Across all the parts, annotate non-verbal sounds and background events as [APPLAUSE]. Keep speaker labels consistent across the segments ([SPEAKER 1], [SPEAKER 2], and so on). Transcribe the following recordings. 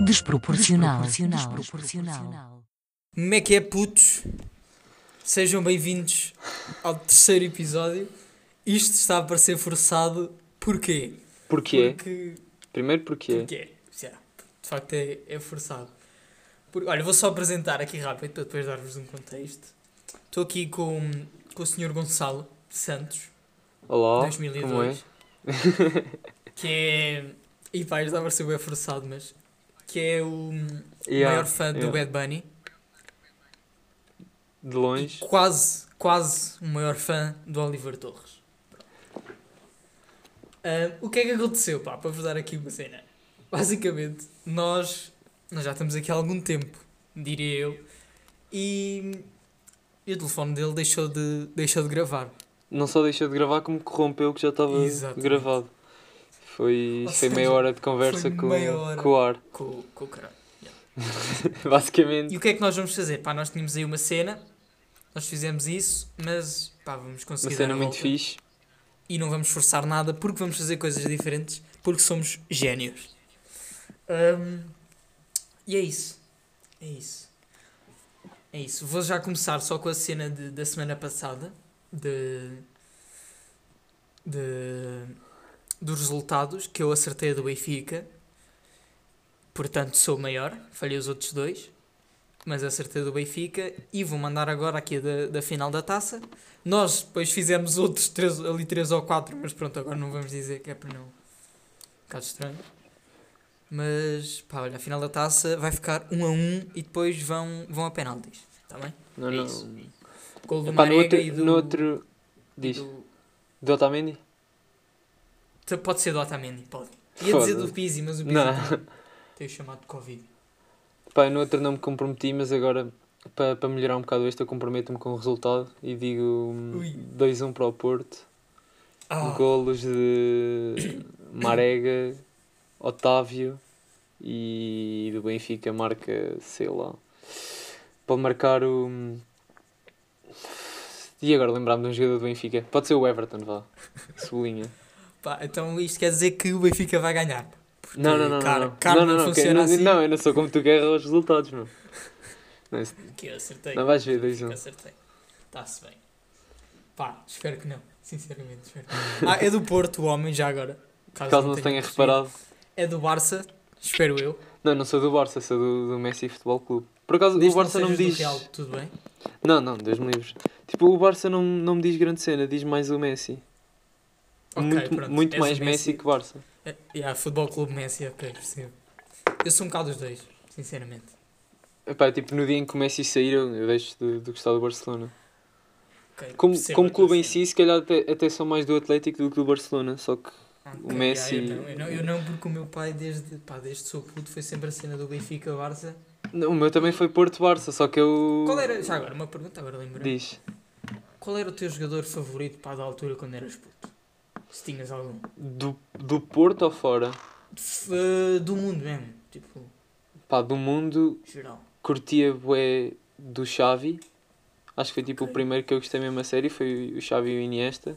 [SPEAKER 1] Desproporcional. Desproporcional.
[SPEAKER 2] Como é que é, putos? Sejam bem-vindos ao terceiro episódio. Isto está a parecer forçado, porquê?
[SPEAKER 3] Porquê?
[SPEAKER 2] Porque,
[SPEAKER 3] Primeiro porquê?
[SPEAKER 2] porque é, já, de facto é, é forçado. Por- olha, vou só apresentar aqui rápido para depois dar-vos um contexto. Estou aqui com, com o Sr. Gonçalo Santos,
[SPEAKER 3] Olá,
[SPEAKER 2] 2002,
[SPEAKER 3] como [LAUGHS] é?
[SPEAKER 2] que é. E pá, isto está a parecer bem forçado, mas. Que é o
[SPEAKER 3] Yeah,
[SPEAKER 2] maior fã do
[SPEAKER 3] yeah.
[SPEAKER 2] Bad Bunny.
[SPEAKER 3] De longe.
[SPEAKER 2] quase, quase o maior fã do Oliver Torres. Ah, o que é que aconteceu, pá, para vos dar aqui uma cena? Basicamente, nós, nós já estamos aqui há algum tempo, diria eu, e, e o telefone dele deixou de, deixou de gravar.
[SPEAKER 3] Não só deixou de gravar, como corrompeu o que já estava
[SPEAKER 2] Exatamente.
[SPEAKER 3] gravado. Foi,
[SPEAKER 2] Ou
[SPEAKER 3] foi meia
[SPEAKER 2] seja,
[SPEAKER 3] hora de conversa
[SPEAKER 2] foi
[SPEAKER 3] com,
[SPEAKER 2] meia hora.
[SPEAKER 3] com o ar, [LAUGHS]
[SPEAKER 2] Com, com o caralho.
[SPEAKER 3] basicamente.
[SPEAKER 2] E o que é que nós vamos fazer? Pá, nós tínhamos aí uma cena, nós fizemos isso, mas pá, vamos
[SPEAKER 3] Uma
[SPEAKER 2] conseguir. dar
[SPEAKER 3] cena
[SPEAKER 2] a
[SPEAKER 3] muito
[SPEAKER 2] volta.
[SPEAKER 3] fixe.
[SPEAKER 2] e não vamos forçar nada porque vamos fazer coisas diferentes porque somos génios. Ahm, e é isso. É isso. É isso. Vou já começar só com a cena de- da semana passada de, de- dos resultados que eu acertei a do Benfica. Portanto, sou o maior. Falhei os outros dois. Mas acertei a do Benfica e vou mandar agora aqui a da, da final da taça. Nós depois fizemos outros três, ali três ou quatro, mas pronto, agora não vamos dizer que é para não. Um bocado estranho. Mas pá, olha, a final da taça vai ficar um a um e depois vão, vão a penaltis. Está bem?
[SPEAKER 3] Não,
[SPEAKER 2] É
[SPEAKER 3] não.
[SPEAKER 2] isso. Gol do
[SPEAKER 3] Epá, no,
[SPEAKER 2] Marega
[SPEAKER 3] outro,
[SPEAKER 2] e do.
[SPEAKER 3] no outro.
[SPEAKER 2] e
[SPEAKER 3] Diz.
[SPEAKER 2] do-
[SPEAKER 3] Do Otamendi?
[SPEAKER 2] T- Pode ser do Otamendi, pode. Ia dizer do Pizzi, mas o Pizzi
[SPEAKER 3] Não. [LAUGHS]
[SPEAKER 2] tem- tem chamado de Covid.
[SPEAKER 3] Pá, no outro não me comprometi, mas agora, para melhorar um bocado este, eu comprometo-me com o resultado e digo hum,
[SPEAKER 2] Ui.
[SPEAKER 3] 2-1 para o Porto.
[SPEAKER 2] Ah,
[SPEAKER 3] Golos de Marega, Otávio e do Benfica marca, sei lá. Pode marcar o. E agora lembrar-me de um jogador do Benfica. Pode ser o Everton, vá. Sublinha.
[SPEAKER 2] pá, então isto quer dizer que o Benfica vai ganhar. Porque
[SPEAKER 3] Não, não, não.
[SPEAKER 2] cara,
[SPEAKER 3] não, não.
[SPEAKER 2] Carmo
[SPEAKER 3] não, não, não,
[SPEAKER 2] funciona
[SPEAKER 3] que-
[SPEAKER 2] assim.
[SPEAKER 3] não, eu não sou como tu que erras os resultados, meu. Não, isso-
[SPEAKER 2] Que eu acertei.
[SPEAKER 3] não vais ver, dois
[SPEAKER 2] que eu
[SPEAKER 3] um.
[SPEAKER 2] acertei. Está-se bem. Pá, espero que não. [LAUGHS] Sinceramente, espero que
[SPEAKER 3] [LAUGHS]
[SPEAKER 2] não. Ah, é do Porto o homem, já agora.
[SPEAKER 3] Caso não se tenha
[SPEAKER 2] percebido.
[SPEAKER 3] reparado.
[SPEAKER 2] É do Barça, espero eu.
[SPEAKER 3] Não, não sou do Barça, sou do, do Messi Futebol Clube. Por acaso,
[SPEAKER 2] Desde
[SPEAKER 3] o Barça
[SPEAKER 2] que
[SPEAKER 3] não me
[SPEAKER 2] sejas
[SPEAKER 3] diz.
[SPEAKER 2] do Real, tudo bem?
[SPEAKER 3] Não, não, Deus me livre. Tipo, o Barça não, não me diz grande cena, diz mais o Messi.
[SPEAKER 2] Ok,
[SPEAKER 3] muito
[SPEAKER 2] pronto,
[SPEAKER 3] muito
[SPEAKER 2] és o
[SPEAKER 3] mais Messi que Barça.
[SPEAKER 2] É, yeah, Futebol Clube Messi, ok, percebo. Eu sou um bocado dos dois, sinceramente.
[SPEAKER 3] Epá, tipo, no dia em que o Messi sair, eu, eu deixo de, de gostar do Barcelona.
[SPEAKER 2] Ok,
[SPEAKER 3] Como,
[SPEAKER 2] percebo a
[SPEAKER 3] como
[SPEAKER 2] tua
[SPEAKER 3] clube em
[SPEAKER 2] cena.
[SPEAKER 3] si, se calhar até, até sou mais do Atlético do que do Barcelona, só que
[SPEAKER 2] Ok,
[SPEAKER 3] O Messi-
[SPEAKER 2] ah, eu, não, eu, não, eu não, porque o meu pai, desde, pá, desde que sou puto, foi sempre a cena do Benfica Barça.
[SPEAKER 3] não, o meu também foi Porto-Barça, só que eu...
[SPEAKER 2] Qual era, já agora, uma pergunta, agora lembro
[SPEAKER 3] Diz,
[SPEAKER 2] Qual era o teu jogador favorito pá, da altura quando eras puto? Se tinhas algum.
[SPEAKER 3] do, do Porto ou fora?
[SPEAKER 2] F- eh, do mundo mesmo, tipo,
[SPEAKER 3] Pá, do mundo,
[SPEAKER 2] geral.
[SPEAKER 3] curtia bué do Xavi. Acho que foi tipo
[SPEAKER 2] Ok.
[SPEAKER 3] o primeiro que eu gostei mesmo a série, foi o Xavi e o Iniesta.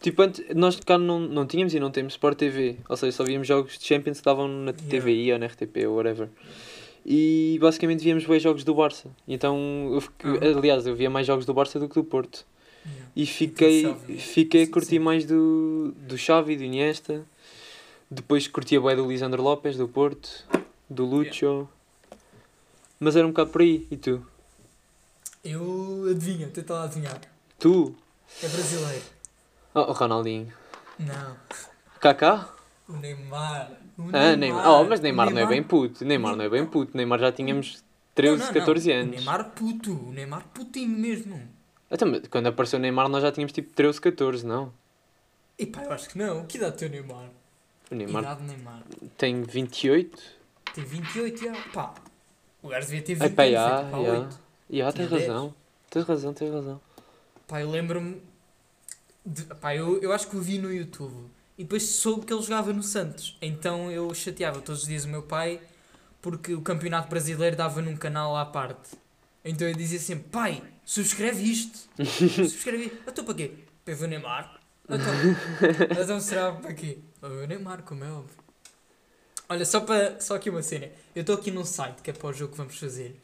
[SPEAKER 3] Tipo, antes, nós cá não, não tínhamos e não temos Sport TV, ou seja, só víamos jogos de Champions que estavam na
[SPEAKER 2] Yeah.
[SPEAKER 3] TVI ou na RTP ou whatever. E basicamente víamos bué jogos do Barça. Então, eu fiquei-
[SPEAKER 2] Ah.
[SPEAKER 3] aliás, eu via mais jogos do Barça do que do Porto.
[SPEAKER 2] Yeah.
[SPEAKER 3] E fiquei,
[SPEAKER 2] Xavi, né?
[SPEAKER 3] fiquei a
[SPEAKER 2] Sim,
[SPEAKER 3] curtir
[SPEAKER 2] sim.
[SPEAKER 3] mais do, do Xavi, do Iniesta. Depois curtia bem do Lisandro Lopes, do Porto, do Lucho. Mas era um bocado por aí. E tu?
[SPEAKER 2] Eu adivinho, tenta lá adivinhar.
[SPEAKER 3] Tu?
[SPEAKER 2] É brasileiro.
[SPEAKER 3] Oh, o Ronaldinho.
[SPEAKER 2] Não.
[SPEAKER 3] Kaká?
[SPEAKER 2] O Neymar. O
[SPEAKER 3] Ah, Neymar. Oh, mas Neymar, não é bem puto. Neymar não é bem puto. Neymar já tínhamos 13,
[SPEAKER 2] Não, não, não.
[SPEAKER 3] 14
[SPEAKER 2] O
[SPEAKER 3] anos.
[SPEAKER 2] Neymar puto, o Neymar putinho mesmo.
[SPEAKER 3] Até, mas quando apareceu o Neymar nós já tínhamos tipo 13, 14, não?
[SPEAKER 2] E pá, eu acho que não. Que idade tem o Neymar?
[SPEAKER 3] O Neymar
[SPEAKER 2] Idade do Neymar.
[SPEAKER 3] tem 28.
[SPEAKER 2] Tem 28 já. Pá, o gajo devia ter 20
[SPEAKER 3] Ai, pá,
[SPEAKER 2] anos,
[SPEAKER 3] já,
[SPEAKER 2] feito, pá,
[SPEAKER 3] já.
[SPEAKER 2] oito.
[SPEAKER 3] E ah, tens
[SPEAKER 2] Tinha 10.
[SPEAKER 3] razão. Tens razão, tens razão.
[SPEAKER 2] Pá, eu lembro-me. de- Pá, eu, eu acho que o vi no YouTube. E depois soube que ele jogava no Santos. Então eu chateava todos os dias o meu pai porque o campeonato brasileiro dava num canal à parte. Então eu dizia sempre, pai, subscreve
[SPEAKER 3] [LAUGHS]
[SPEAKER 2] isto. subscreve isto. Então para quê? Para ver o Neymar.
[SPEAKER 3] [LAUGHS]
[SPEAKER 2] Então, então será para quê? Para ver o Neymar, como é óbvio. Olha, só, para, só aqui uma cena. Eu estou aqui num site que é para o jogo que vamos fazer.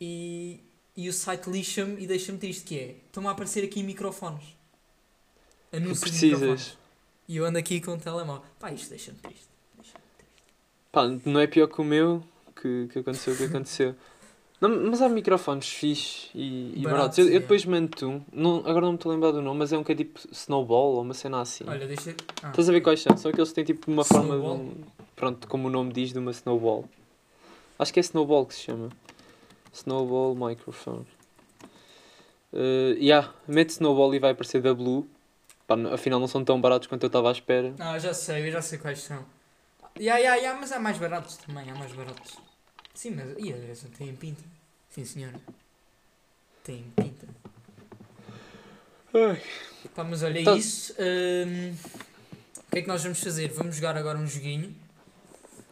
[SPEAKER 2] E, e o site lixa-me e deixa-me triste que é. Estão-me a aparecer aqui microfones.
[SPEAKER 3] Tu
[SPEAKER 2] Anúncios de microfones.
[SPEAKER 3] precisas.
[SPEAKER 2] E eu ando aqui com o telemóvel. Pá, isto deixa-me triste. Deixa-me triste.
[SPEAKER 3] Pá, não é pior que o meu, que, que aconteceu o que [LAUGHS] aconteceu. Não, mas há microfones fixe e,
[SPEAKER 2] Baratos,
[SPEAKER 3] e baratos. Eu, eu
[SPEAKER 2] yeah.
[SPEAKER 3] depois mando-te um. Não, agora não me estou a lembrar do nome, mas é um que é tipo Snowball ou uma cena assim.
[SPEAKER 2] Olha, deixa. Ah,
[SPEAKER 3] Estás a ver quais são? São aqueles que têm tipo uma forma de um.
[SPEAKER 2] Snowball?
[SPEAKER 3] Pronto, como o nome diz, de uma Snowball. Acho que é Snowball que se chama. Snowball Microphone. Uh, yeah, mete Snowball e vai aparecer da Blue. Pá, n- afinal não são tão baratos quanto eu estava à espera.
[SPEAKER 2] Ah, já sei, eu já sei quais são. Ya, ya, ya, mas há mais baratos também, há mais baratos. Sim, mas. E eles não têm pinta. Sim, senhora. Têm pinta.
[SPEAKER 3] Ai.
[SPEAKER 2] Pá, mas olha
[SPEAKER 3] Tá-
[SPEAKER 2] isso. hum, o que é que nós vamos fazer? Vamos jogar agora um joguinho.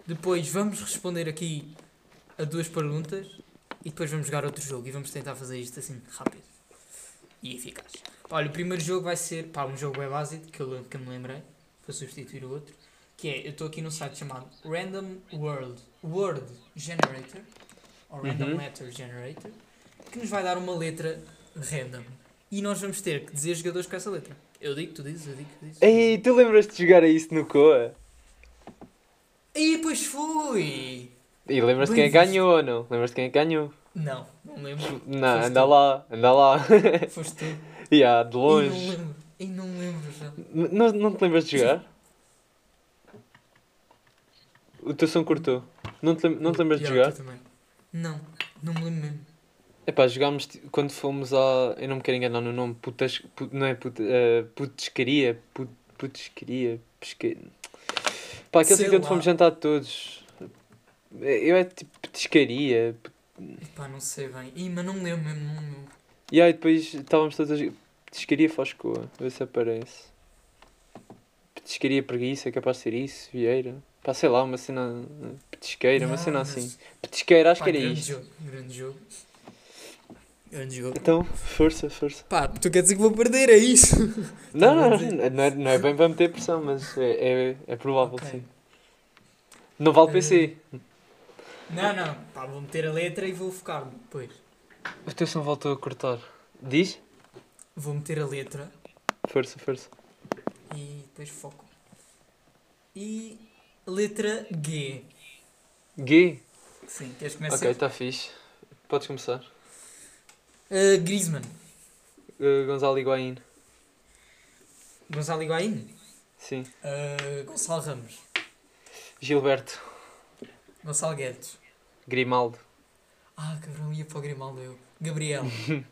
[SPEAKER 2] Depois vamos responder aqui a duas perguntas. E depois vamos jogar outro jogo. E vamos tentar fazer isto assim, rápido e eficaz. Pá, olha, o primeiro jogo vai ser. Pá, um jogo bem básico que eu lem- que eu me lembrei. Para substituir o outro. Que é, eu estou aqui num site chamado Random World Word Generator ou Random
[SPEAKER 3] Uhum.
[SPEAKER 2] Letter Generator que nos vai dar uma letra random e nós vamos ter que dizer jogadores com essa letra. Eu digo, tu dizes, eu digo, tu dizes. tu
[SPEAKER 3] Ei,
[SPEAKER 2] dizes.
[SPEAKER 3] tu lembras de jogar a isso no Coa?
[SPEAKER 2] Ei, pois fui!
[SPEAKER 3] E lembras de quem é que
[SPEAKER 2] Bem visto.
[SPEAKER 3] ganhou ou não? Lembras de quem é que ganhou?
[SPEAKER 2] Não, não
[SPEAKER 3] [LAUGHS]
[SPEAKER 2] lembro.
[SPEAKER 3] Não,
[SPEAKER 2] Foste
[SPEAKER 3] anda
[SPEAKER 2] tu.
[SPEAKER 3] lá, anda lá. [LAUGHS]
[SPEAKER 2] Foste tu.
[SPEAKER 3] yeah, de
[SPEAKER 2] Ei, não
[SPEAKER 3] longe.
[SPEAKER 2] lembro. Ei, não lembro já.
[SPEAKER 3] N- Não, não te lembras de jogar? O teu som cortou. Não te, lem- não te lembras de
[SPEAKER 2] Ya,
[SPEAKER 3] jogar?
[SPEAKER 2] tu também. Não, não me lembro mesmo.
[SPEAKER 3] Epá, jogámos ti- quando fomos à. Eu não me quero enganar no nome. Putas, pu- não é puta, eh, putescaria. Put, putescaria. Pesca... Pá,
[SPEAKER 2] Sei
[SPEAKER 3] aquele sítio onde
[SPEAKER 2] lá.
[SPEAKER 3] fomos jantar todos. Eh, Eu é tipo petiscaria.
[SPEAKER 2] Pá, não sei bem. Ih, mas não me lembro mesmo, não me lembro.
[SPEAKER 3] E aí depois estávamos todos a jo- Petiscaria Foscoa, vê se aparece. Petiscaria Preguiça, é capaz de ser isso, Vieira. Pá, sei lá, uma cena. eh, Petisqueira, uma
[SPEAKER 2] Ya,
[SPEAKER 3] cena
[SPEAKER 2] mas-
[SPEAKER 3] assim. Petisqueira, acho
[SPEAKER 2] Pá,
[SPEAKER 3] que era
[SPEAKER 2] grande
[SPEAKER 3] isto.
[SPEAKER 2] Jogo, grande jogo. Grande jogo.
[SPEAKER 3] Então, força, força.
[SPEAKER 2] Pá, tu quer dizer que vou perder, é isso?
[SPEAKER 3] Não, não,
[SPEAKER 2] bem
[SPEAKER 3] não, não é, não é bem para meter pressão, mas é, é, é provável,
[SPEAKER 2] Ok.
[SPEAKER 3] sim. Não vale PC.
[SPEAKER 2] [LAUGHS] Não, não. Pá, vou meter a letra e vou focar-me depois.
[SPEAKER 3] O teu som voltou a cortar. Diz?
[SPEAKER 2] Vou meter a letra
[SPEAKER 3] Força, força.
[SPEAKER 2] e depois foco. E letra G.
[SPEAKER 3] G?
[SPEAKER 2] Sim, queres começar?
[SPEAKER 3] Ok, está fixe. Podes começar.
[SPEAKER 2] Ah, Griezmann.
[SPEAKER 3] Uh, Gonzalo Higuaín.
[SPEAKER 2] Gonzalo Higuaín.
[SPEAKER 3] Sim.
[SPEAKER 2] Ah, Gonçalo Ramos.
[SPEAKER 3] Gilberto.
[SPEAKER 2] Gonçalo Guedes.
[SPEAKER 3] Grimaldo.
[SPEAKER 2] Ah, cabrão, ia para o Grimaldo eu. Gabriel. [LAUGHS]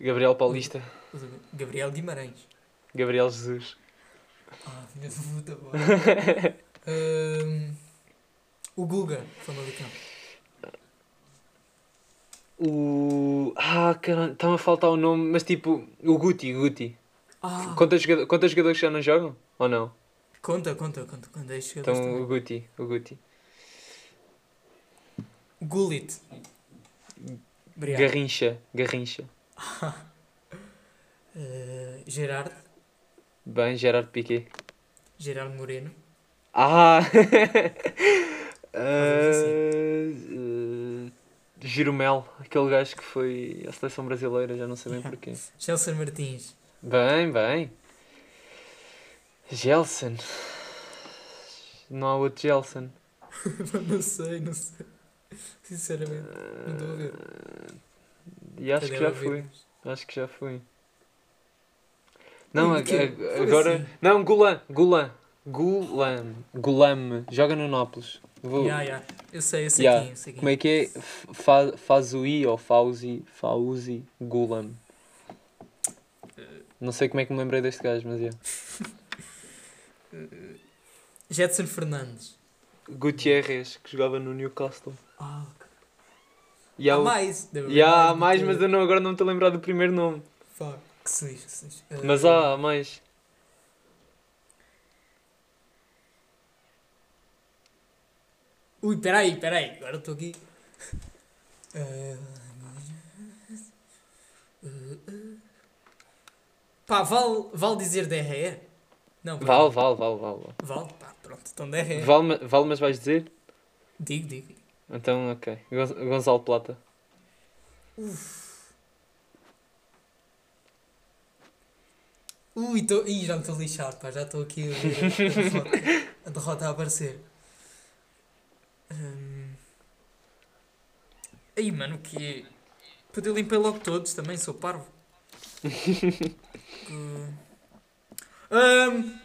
[SPEAKER 3] Gabriel Paulista.
[SPEAKER 2] Gabriel Guimarães.
[SPEAKER 3] Gabriel Jesus.
[SPEAKER 2] Ah, filha de puta,
[SPEAKER 3] [LAUGHS]
[SPEAKER 2] pô. Ah, o Guga, Famalicão.
[SPEAKER 3] O. Ah, caralho, está-me a faltar o nome, mas tipo, o Guti, Guti.
[SPEAKER 2] Ah,
[SPEAKER 3] Quantos, jogadores, quantos jogadores já não jogam? Ou não?
[SPEAKER 2] conta, conta, conta. conta. é Este jogador
[SPEAKER 3] Então, o
[SPEAKER 2] também.
[SPEAKER 3] Guti, o Guti.
[SPEAKER 2] Gullit. Gabriel.
[SPEAKER 3] Garrincha, Garrincha.
[SPEAKER 2] Eh, Gerard,
[SPEAKER 3] Bem, Gerard Piquet.
[SPEAKER 2] Gerard Moreno,
[SPEAKER 3] Ah! [LAUGHS]
[SPEAKER 2] assim.
[SPEAKER 3] Ah, ah, Jeromel, aquele gajo que foi à seleção brasileira, já não sei bem
[SPEAKER 2] Yeah.
[SPEAKER 3] porquê.
[SPEAKER 2] Gelson Martins, [LAUGHS]
[SPEAKER 3] Bem, bem. Gelson. Não há outro Gelson.
[SPEAKER 2] não sei, não sei, sinceramente, não estou a ver.
[SPEAKER 3] E acho que
[SPEAKER 2] Cadê
[SPEAKER 3] já
[SPEAKER 2] o
[SPEAKER 3] fui.
[SPEAKER 2] vídeo?
[SPEAKER 3] Acho que já fui. Não,
[SPEAKER 2] Ui,
[SPEAKER 3] a-
[SPEAKER 2] que-
[SPEAKER 3] a-
[SPEAKER 2] como
[SPEAKER 3] agora.
[SPEAKER 2] assim?
[SPEAKER 3] Não, Gulam. Gulam. Gulam. Gulam. Joga no Nápoles. Vou...
[SPEAKER 2] Ya, ya, Eu sei, eu sei
[SPEAKER 3] Ya,
[SPEAKER 2] quem, eu sei quem.
[SPEAKER 3] Como é que é? F- Fa... Fazui ou Fauzi? Fauzi Gulam.
[SPEAKER 2] Eh.
[SPEAKER 3] Não sei como é que me lembrei deste gajo, mas é.
[SPEAKER 2] Jetson Fernandes.
[SPEAKER 3] Gutierrez, que jogava no Newcastle.
[SPEAKER 2] Ah,
[SPEAKER 3] E há,
[SPEAKER 2] há
[SPEAKER 3] o-
[SPEAKER 2] mais. deve haver
[SPEAKER 3] e há mais,
[SPEAKER 2] do
[SPEAKER 3] mas
[SPEAKER 2] que-
[SPEAKER 3] eu não, agora não me estou a lembrar do primeiro nome.
[SPEAKER 2] Fuck, que se lixe, que se lixe. Eh,
[SPEAKER 3] Mas há, há mais.
[SPEAKER 2] Ui, peraí, peraí, agora estou aqui. Eh, Pá, vale, vale dizer DRE? Não, pá.
[SPEAKER 3] Vale, vale, vale, vale. Vale,
[SPEAKER 2] Vale, pá, pronto, então DRE.
[SPEAKER 3] vale, ma- vale mas vais dizer?
[SPEAKER 2] Digo, digo.
[SPEAKER 3] Então, ok. Gonz- Gonzalo Plata.
[SPEAKER 2] Ui, tô... Ih, já me estou lixado, pá, já estou aqui a, ver a, derrota, a derrota a aparecer. Hum. Aí, mano, o que Poder limpar logo todos também, sou parvo. Hum. Hum,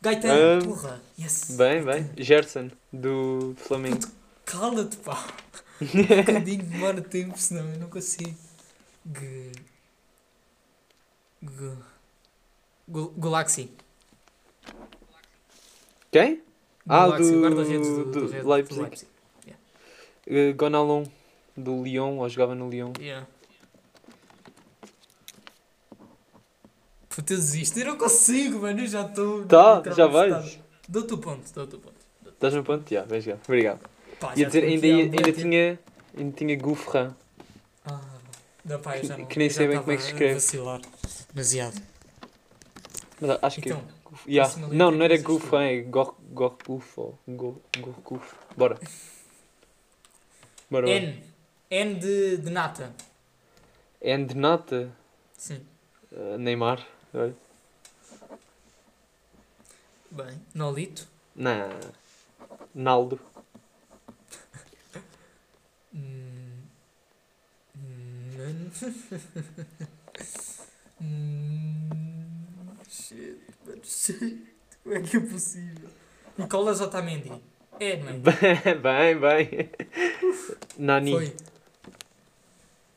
[SPEAKER 2] Gaetano,
[SPEAKER 3] Hum.
[SPEAKER 2] porra, yes.
[SPEAKER 3] Bem, bem. Gerson, do do Flamengo.
[SPEAKER 2] Cala-te, pá. Um bocadinho demora tempo, senão eu não consigo. G... G... Gu- Gulaxi.
[SPEAKER 3] Quem? Ah,
[SPEAKER 2] Gulaxi,
[SPEAKER 3] do-
[SPEAKER 2] o guarda-redes do, do,
[SPEAKER 3] do
[SPEAKER 2] Red-
[SPEAKER 3] Leipzig.
[SPEAKER 2] do Leipzig.
[SPEAKER 3] Eh, Gonalon, do Lyon, ou jogava no Lyon.
[SPEAKER 2] Yeah. Puta, eu desisto. Eu não consigo, mano. Eu já estou...
[SPEAKER 3] Tá, já vais.
[SPEAKER 2] Dou-te o ponto, dou-te o ponto.
[SPEAKER 3] Estás no ponto? Já, vais jogar. Obrigado.
[SPEAKER 2] Pá,
[SPEAKER 3] Ia
[SPEAKER 2] já
[SPEAKER 3] dizer,
[SPEAKER 2] estou
[SPEAKER 3] ainda,
[SPEAKER 2] aqui há
[SPEAKER 3] ia-
[SPEAKER 2] um
[SPEAKER 3] ainda
[SPEAKER 2] bom tempo.
[SPEAKER 3] tinha, ainda tinha Gouffran.
[SPEAKER 2] Ah, não, pá, eu já
[SPEAKER 3] que-
[SPEAKER 2] não-
[SPEAKER 3] [LAUGHS] que nem
[SPEAKER 2] eu já
[SPEAKER 3] sei bem como é que se
[SPEAKER 2] tava
[SPEAKER 3] escreve.
[SPEAKER 2] a vacilar Demasiado.
[SPEAKER 3] Mas ah, acho que.
[SPEAKER 2] Então,
[SPEAKER 3] Ya.
[SPEAKER 2] próxima letra
[SPEAKER 3] Não, não
[SPEAKER 2] que
[SPEAKER 3] era
[SPEAKER 2] vocês
[SPEAKER 3] Gouffran, é Gor- Gorkuf ou Gor- Gorkuf.
[SPEAKER 2] [LAUGHS]
[SPEAKER 3] Bora. Bora, bora.
[SPEAKER 2] N. N de, de nata.
[SPEAKER 3] And Nata,
[SPEAKER 2] Sim.
[SPEAKER 3] eh, Neymar. Olha.
[SPEAKER 2] Bem, Nolito.
[SPEAKER 3] Na. Naldo.
[SPEAKER 2] Hum. Hum. Hum. Shit, mano, shit. Como é que é possível? Nicolas Otamendi. É, mano.
[SPEAKER 3] Bem, [LAUGHS] bem, bem. Nani,
[SPEAKER 2] Foi.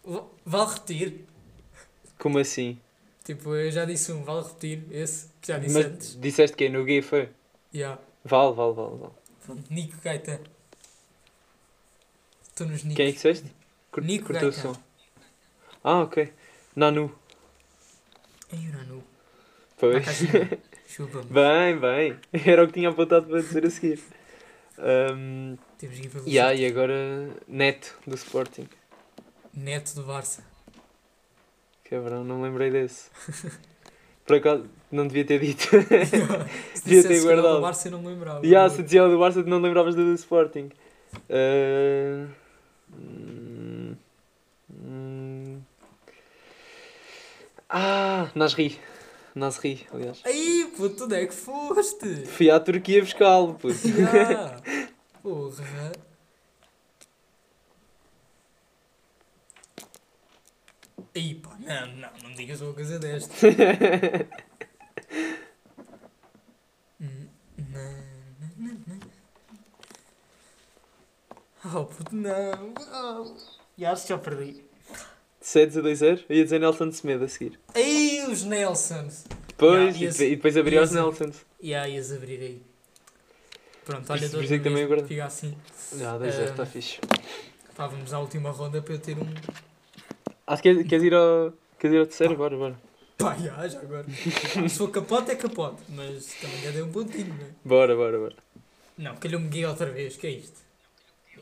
[SPEAKER 2] V- Vale repetir.
[SPEAKER 3] como assim?
[SPEAKER 2] Tipo, eu já disse um, vale repetir. Esse, que já disse antes.
[SPEAKER 3] Mas disseste que é no Gui foi?
[SPEAKER 2] Yeah.
[SPEAKER 3] Vale, vale, vale. vale.
[SPEAKER 2] Pronto, Nico Gaetan. Estou nos
[SPEAKER 3] Quem é que
[SPEAKER 2] Nicos.
[SPEAKER 3] disseste? Cur-
[SPEAKER 2] Nico
[SPEAKER 3] cortou o
[SPEAKER 2] Gaetan.
[SPEAKER 3] som. Ah, ok. Nanu.
[SPEAKER 2] Ei, o Nanu.
[SPEAKER 3] Pois.
[SPEAKER 2] Nakajima. Chupa-me.
[SPEAKER 3] [LAUGHS] Bem, bem. [LAUGHS] Era o que tinha apontado para dizer a seguir. Ahm,
[SPEAKER 2] Temos que ir pelo
[SPEAKER 3] Ya, e agora Neto do Sporting.
[SPEAKER 2] Neto do Barça.
[SPEAKER 3] Cabrão, é não me
[SPEAKER 2] [LAUGHS]
[SPEAKER 3] lembrei desse. Por acaso, não devia ter dito.
[SPEAKER 2] Se
[SPEAKER 3] Devia ter
[SPEAKER 2] dissesse que era
[SPEAKER 3] guardado.
[SPEAKER 2] do Barça é eu não me lembrava.
[SPEAKER 3] Ya, se dizia o do Barça, tu não lembravas do, do Sporting. Ah, hum, hum. Ah, Nasri. Nasri, aliás.
[SPEAKER 2] Aí, puto, onde é que
[SPEAKER 3] [LAUGHS]
[SPEAKER 2] foste?
[SPEAKER 3] Fui à Turquia buscá-lo, puto.
[SPEAKER 2] Ya. Porra. Aí, pá, não, não, não digas uma coisa
[SPEAKER 3] [LAUGHS]
[SPEAKER 2] desta. Hum, não, não, não, não. Oh, puto, não. Oh. Ya, acho que já perdi.
[SPEAKER 3] 7 a 2-0, ia dizer Nelson Semedo a seguir.
[SPEAKER 2] Aí, os Nelsons.
[SPEAKER 3] Depois,
[SPEAKER 2] Ya, e esse-
[SPEAKER 3] e depois abri aos
[SPEAKER 2] esse-
[SPEAKER 3] Nelsons.
[SPEAKER 2] E aí ias abrir aí. Pronto, olha,
[SPEAKER 3] Isto
[SPEAKER 2] dou
[SPEAKER 3] por isso é que também agora-
[SPEAKER 2] Fica assim.
[SPEAKER 3] Já, 2-0,
[SPEAKER 2] Ah.
[SPEAKER 3] está fixe.
[SPEAKER 2] Pá, vamos à última ronda para eu ter um. [LAUGHS]
[SPEAKER 3] Acho que queres Ah, ir ao. Queres ir ao terceiro? Bora, bora.
[SPEAKER 2] Pá, já, já agora. Se for capote, é capote. Mas também já dei um pontinho, não é?
[SPEAKER 3] Bora, bora, bora.
[SPEAKER 2] Não, calhou-me guia outra vez. que é isto?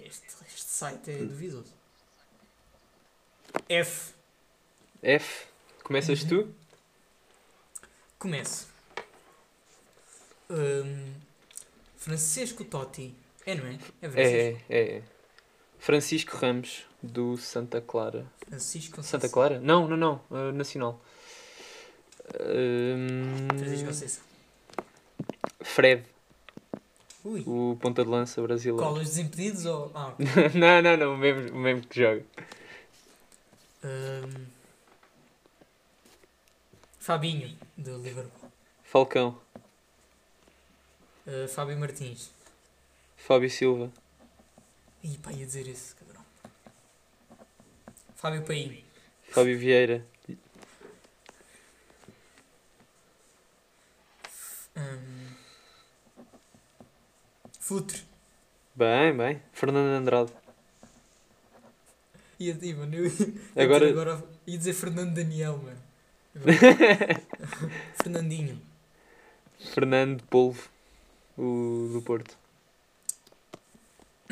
[SPEAKER 2] Este, este site é duvidoso. F.
[SPEAKER 3] F, começas tu?
[SPEAKER 2] Começo. Hum, Francisco Totti. É, não é? É
[SPEAKER 3] É,
[SPEAKER 2] francês.
[SPEAKER 3] é, é. Francisco Ramos, do Santa Clara.
[SPEAKER 2] Francisco
[SPEAKER 3] é. Santa
[SPEAKER 2] Conceição.
[SPEAKER 3] Clara? Não, não, não. eh, nacional. Hum,
[SPEAKER 2] Francisco Conceição.
[SPEAKER 3] Fred,
[SPEAKER 2] Ui.
[SPEAKER 3] o ponta de lança brasileiro.
[SPEAKER 2] Colas desimpedidos ou. Ah, ok.
[SPEAKER 3] [LAUGHS] não, não, não. O mesmo, o mesmo que joga.
[SPEAKER 2] Hum. Fabinho, do Liverpool.
[SPEAKER 3] Falcão,
[SPEAKER 2] Uh, Fábio Martins.
[SPEAKER 3] Fábio Silva,
[SPEAKER 2] Ih, pá, ia dizer isso, cabrão. Fábio Paim.
[SPEAKER 3] Fábio Vieira,
[SPEAKER 2] Hum. Futre.
[SPEAKER 3] Bem, bem. Fernando Andrade.
[SPEAKER 2] Ia, ia, mano, eu ia, ia
[SPEAKER 3] Agora-
[SPEAKER 2] ter Ia dizer Fernando Daniel, mano.
[SPEAKER 3] [LAUGHS]
[SPEAKER 2] Agora- Fernandinho.
[SPEAKER 3] Fernando Polvo, o do Porto.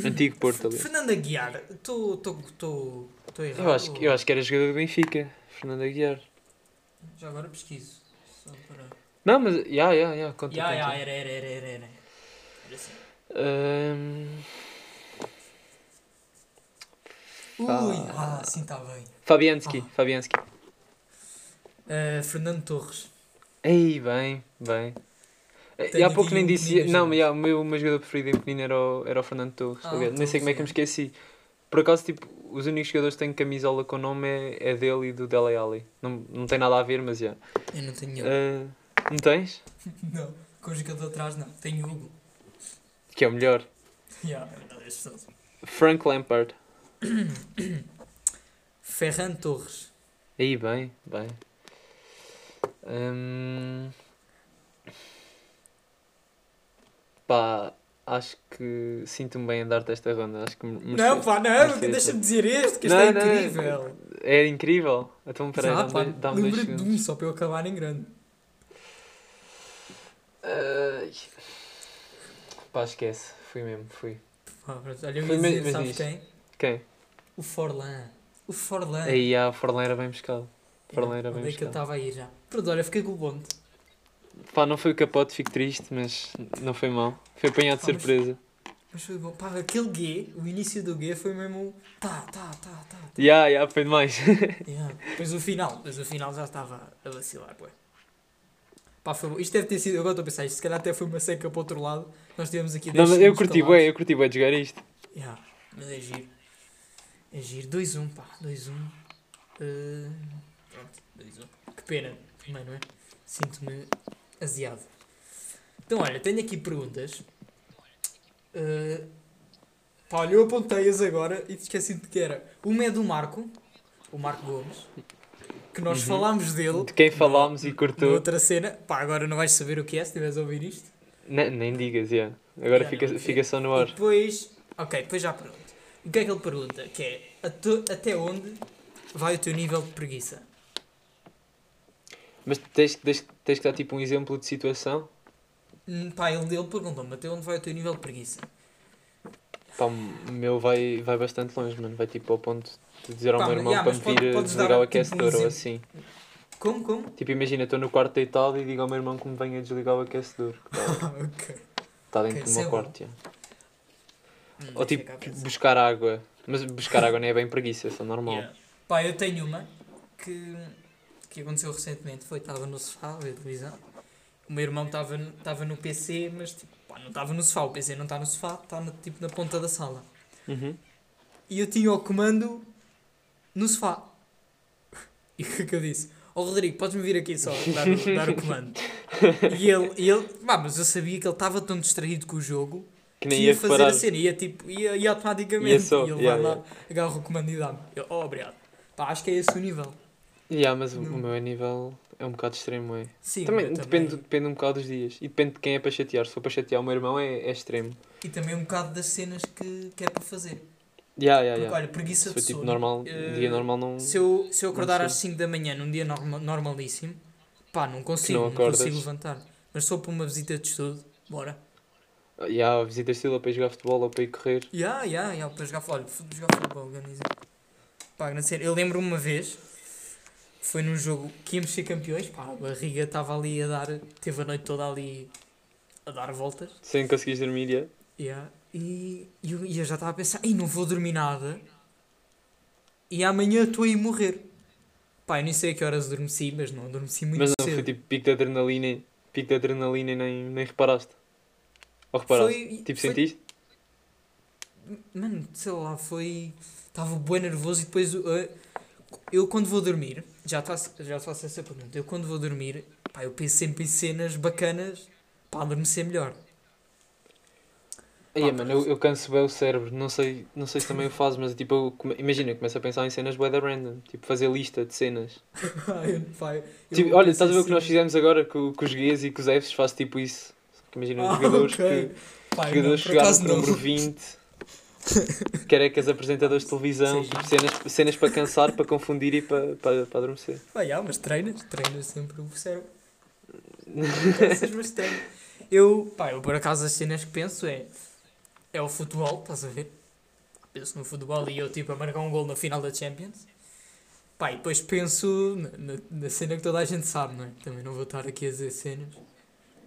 [SPEAKER 3] Antigo Porto ali.
[SPEAKER 2] Fernando Aguiar, estou errado.
[SPEAKER 3] Eu acho, que- eu acho que era jogador do Benfica, Fernando Aguiar.
[SPEAKER 2] Já agora pesquiso. Só para.
[SPEAKER 3] Não, mas. Ya, ya, ya, conta.
[SPEAKER 2] Ya, ya,
[SPEAKER 3] conta.
[SPEAKER 2] era, era, era, era. Era, era assim.
[SPEAKER 3] Ahm,
[SPEAKER 2] Ui, ah, sim, está bem.
[SPEAKER 3] Fabianski,
[SPEAKER 2] Ah.
[SPEAKER 3] Fabianski.
[SPEAKER 2] Ah, Fernando Torres.
[SPEAKER 3] Ei, bem, bem. Eh,
[SPEAKER 2] Tenho
[SPEAKER 3] há pouco
[SPEAKER 2] aqui
[SPEAKER 3] nem
[SPEAKER 2] um
[SPEAKER 3] disse.
[SPEAKER 2] pequenino a jogar.
[SPEAKER 3] Não, mas já, o meu, o meu jogador preferido em pequenino era o, era o Fernando Torres.
[SPEAKER 2] Ah,
[SPEAKER 3] aliás, nem sei
[SPEAKER 2] Torres,
[SPEAKER 3] como é que
[SPEAKER 2] é.
[SPEAKER 3] me esqueci. Por acaso, tipo, os únicos jogadores que têm camisola com nome é, é dele e do Dele Alli. Não, não tem nada a ver, mas já.
[SPEAKER 2] Eu não tenho nenhum.
[SPEAKER 3] Eh, não tens?
[SPEAKER 2] Não, com o jogador atrás não. Tenho Hugo.
[SPEAKER 3] Que é o melhor.
[SPEAKER 2] Ya, é verdade, é verdade.
[SPEAKER 3] Frank Lampard.
[SPEAKER 2] Ferran Torres.
[SPEAKER 3] Aí, bem, bem. Hum... Pá, acho que sinto-me bem em dar-te esta ronda. Acho que me-
[SPEAKER 2] Não,
[SPEAKER 3] mereceste-
[SPEAKER 2] pá, não,
[SPEAKER 3] mereceste.
[SPEAKER 2] deixa-me dizer este, que este
[SPEAKER 3] Não,
[SPEAKER 2] é
[SPEAKER 3] não,
[SPEAKER 2] incrível.
[SPEAKER 3] É incrível. Então, peraí,
[SPEAKER 2] Já, pá,
[SPEAKER 3] dá-me dois- dá-me dois
[SPEAKER 2] Lembra-te de um
[SPEAKER 3] segundos.
[SPEAKER 2] só para eu acabar em grande.
[SPEAKER 3] Ai. Pá, esquece. Fui mesmo, fui.
[SPEAKER 2] Pá, pronto, olha, eu
[SPEAKER 3] Foi
[SPEAKER 2] ia
[SPEAKER 3] me-
[SPEAKER 2] dizer,
[SPEAKER 3] mas
[SPEAKER 2] sabes
[SPEAKER 3] nisto.
[SPEAKER 2] quem?
[SPEAKER 3] Quem?
[SPEAKER 2] O Forlan. O Forlan.
[SPEAKER 3] Aí, ah, Forlan era bem pescado. Forlan era
[SPEAKER 2] Onde
[SPEAKER 3] bem
[SPEAKER 2] é que eu
[SPEAKER 3] pescado.
[SPEAKER 2] estava aí já? Pronto, olha, fiquei com o bonde.
[SPEAKER 3] Pá, não foi o capote, fico triste, mas não foi mal. Foi apanhado de
[SPEAKER 2] Ah, mas-
[SPEAKER 3] surpresa.
[SPEAKER 2] Mas foi bom. Pá, aquele G, o início do G foi mesmo. Tá, tá, tá, tá.
[SPEAKER 3] Ya, yeah, yeah, foi
[SPEAKER 2] [LAUGHS]
[SPEAKER 3] demais.
[SPEAKER 2] Yeah. Depois o final, depois o final já estava a vacilar, pô. Pá, foi bom. Isto deve ter sido, agora estou a pensar, isto se calhar até foi uma seca para o outro lado. Nós tivemos aqui
[SPEAKER 3] Não,
[SPEAKER 2] 10
[SPEAKER 3] mas eu
[SPEAKER 2] segundos
[SPEAKER 3] curti
[SPEAKER 2] calados.
[SPEAKER 3] bem, eu curti bem de jogar isto.
[SPEAKER 2] Yeah, mas é giro. É giro. 2-1, pá. 2-1. Eh, pronto, 2-1. Que pena também, não é? Sinto-me aziado. Então, olha, tenho aqui perguntas. Eh, pá, olha, eu apontei-as agora e esqueci de que era. Uma é do Marco, o Marco Gomes, que nós
[SPEAKER 3] Uhum.
[SPEAKER 2] falámos dele.
[SPEAKER 3] De quem falámos e
[SPEAKER 2] Na
[SPEAKER 3] cortou.
[SPEAKER 2] outra cena, pá, agora não vais saber o que é se estiveres a ouvir isto.
[SPEAKER 3] Ne- nem digas, já. Agora
[SPEAKER 2] Ya,
[SPEAKER 3] fica,
[SPEAKER 2] não,
[SPEAKER 3] fica só no
[SPEAKER 2] E
[SPEAKER 3] ar.
[SPEAKER 2] depois, ok, depois já pergunto. O que é que ele pergunta? Que é ato- até onde vai o teu nível de preguiça?
[SPEAKER 3] Mas tens, tens, tens que dar tipo um exemplo de situação.
[SPEAKER 2] Hum, Pá, ele, ele perguntou-me até onde vai o teu nível de preguiça.
[SPEAKER 3] Pá, o meu vai, vai bastante longe, mano. Vai tipo ao ponto de dizer ao
[SPEAKER 2] Pá,
[SPEAKER 3] meu
[SPEAKER 2] mas-
[SPEAKER 3] irmão
[SPEAKER 2] ya,
[SPEAKER 3] para
[SPEAKER 2] mas
[SPEAKER 3] me
[SPEAKER 2] pode-
[SPEAKER 3] vir eh,
[SPEAKER 2] podes dar,
[SPEAKER 3] desligar o
[SPEAKER 2] tipo, um
[SPEAKER 3] aquecedor ou
[SPEAKER 2] exemplo.
[SPEAKER 3] assim.
[SPEAKER 2] Como, como? [LAUGHS]
[SPEAKER 3] Tipo, imagina, estou no quarto deitado e digo ao meu irmão que me venha desligar o aquecedor.
[SPEAKER 2] Ah, ok.
[SPEAKER 3] Está dentro
[SPEAKER 2] Ok,
[SPEAKER 3] do
[SPEAKER 2] isso
[SPEAKER 3] meu
[SPEAKER 2] é bom.
[SPEAKER 3] quarto, já.
[SPEAKER 2] Hum,
[SPEAKER 3] Ou
[SPEAKER 2] deixa
[SPEAKER 3] tipo,
[SPEAKER 2] cá pensar.
[SPEAKER 3] buscar água. Mas buscar água não é bem preguiça, é só normal.
[SPEAKER 2] Yeah. Pá, eu tenho uma que, que aconteceu recentemente. Foi, estava no sofá a ver televisão. O meu irmão estava no- estava no PC, mas tipo, pá, não estava no sofá. O PC não está no sofá, está na- tipo na ponta da sala.
[SPEAKER 3] Uhum.
[SPEAKER 2] E eu tinha o comando no sofá. [LAUGHS] E o que é que eu disse? Ó Rodrigo, podes-me vir aqui só dar o, dar o comando.
[SPEAKER 3] [LAUGHS]
[SPEAKER 2] E ele, e ele pá, mas eu sabia que ele estava tão distraído com o jogo que,
[SPEAKER 3] Que nem
[SPEAKER 2] ia,
[SPEAKER 3] ia
[SPEAKER 2] fazer
[SPEAKER 3] reparar.
[SPEAKER 2] a cena, ia tipo, ia, ia automaticamente.
[SPEAKER 3] Ia só,
[SPEAKER 2] e ele
[SPEAKER 3] yeah,
[SPEAKER 2] vai lá, agarra o comando e dá-me. Eu, ó, obrigado. Pá, acho que é esse o nível.
[SPEAKER 3] Ya, mas o,
[SPEAKER 2] Não.
[SPEAKER 3] o meu nível é um bocado extremo, é.
[SPEAKER 2] Sim,
[SPEAKER 3] Também,
[SPEAKER 2] eu
[SPEAKER 3] depende, depende um bocado dos dias. E depende de quem é para chatear. Se for para chatear o meu irmão é, é extremo.
[SPEAKER 2] E também um bocado das cenas que, que é para fazer.
[SPEAKER 3] Ya, ya,
[SPEAKER 2] Porque,
[SPEAKER 3] ya.
[SPEAKER 2] olha, preguiça
[SPEAKER 3] Ah, Se for
[SPEAKER 2] de
[SPEAKER 3] tipo
[SPEAKER 2] sono.
[SPEAKER 3] normal,
[SPEAKER 2] eh,
[SPEAKER 3] dia normal não.
[SPEAKER 2] Se eu, se eu acordar
[SPEAKER 3] sei.
[SPEAKER 2] às 5 da manhã num dia norma- normalíssimo, pá, não consigo,
[SPEAKER 3] não
[SPEAKER 2] não, consigo
[SPEAKER 3] acordas.
[SPEAKER 2] levantar. Mas sou para uma visita de estudo, bora.
[SPEAKER 3] Ya, visita estilo para ir jogar futebol ou para ir correr.
[SPEAKER 2] Ya, ya, ya, para jogar, fu- olha, fu- jogar futebol, organiza. Pá, grande sério, eu lembro-me uma vez, foi num jogo que íamos ser campeões, pá, a barriga estava ali a dar, teve a noite toda ali a dar voltas.
[SPEAKER 3] Sem conseguires dormir, ya.
[SPEAKER 2] Yeah. E, e eu, e eu já estava a pensar, ei, não vou dormir nada. E amanhã estou aí a morrer. Pá, eu nem sei a que horas adormeci, mas não adormeci muito
[SPEAKER 3] Mas não,
[SPEAKER 2] cedo.
[SPEAKER 3] foi tipo pico de adrenalina, e- pico de adrenalina e nem, nem reparaste. Ou reparaste?
[SPEAKER 2] Foi-
[SPEAKER 3] tipo,
[SPEAKER 2] foi-
[SPEAKER 3] sentiste?
[SPEAKER 2] Mano, sei lá, foi. Estava bem nervoso e depois. uh, eu quando vou dormir, já te faço, já te faço essa pergunta. Eu quando vou dormir, pá, eu penso sempre em cenas bacanas para adormecer melhor.
[SPEAKER 3] Aí,
[SPEAKER 2] Pá,
[SPEAKER 3] mano, eu, eu canso bem o cérebro. Não sei, não sei se também o fazes, mas tipo, eu come- imagina, eu começo a pensar em cenas bué da random. Tipo, fazer lista de cenas.
[SPEAKER 2] [LAUGHS] Ai, pá, eu-
[SPEAKER 3] Tipo,
[SPEAKER 2] eu
[SPEAKER 3] olha,
[SPEAKER 2] penso
[SPEAKER 3] estás a ver o
[SPEAKER 2] assim-
[SPEAKER 3] que nós fizemos agora com, com os Guias e com os Fs? Faz tipo isso. Só que Imagina né? os
[SPEAKER 2] Ah,
[SPEAKER 3] jogadores
[SPEAKER 2] ok.
[SPEAKER 3] que.
[SPEAKER 2] Pá, eu não,
[SPEAKER 3] jogadores
[SPEAKER 2] por
[SPEAKER 3] chegaram
[SPEAKER 2] acaso
[SPEAKER 3] por um
[SPEAKER 2] não.
[SPEAKER 3] número 20.
[SPEAKER 2] [LAUGHS]
[SPEAKER 3] Carecas apresentadores de televisão,
[SPEAKER 2] Sim.
[SPEAKER 3] tipo, cenas, cenas para cansar, para confundir e para, para, para adormecer.
[SPEAKER 2] Ah, já, mas treinas, treinas sempre o cérebro. Pensas, mas treinas. Eu, pá, eu por acaso as cenas que penso é é o futebol, estás a ver? Penso no futebol e eu tipo a marcar um gol na final da Champions. Pá, e depois penso na, na- na cena que toda a gente sabe, não é? Também não vou estar aqui a dizer cenas.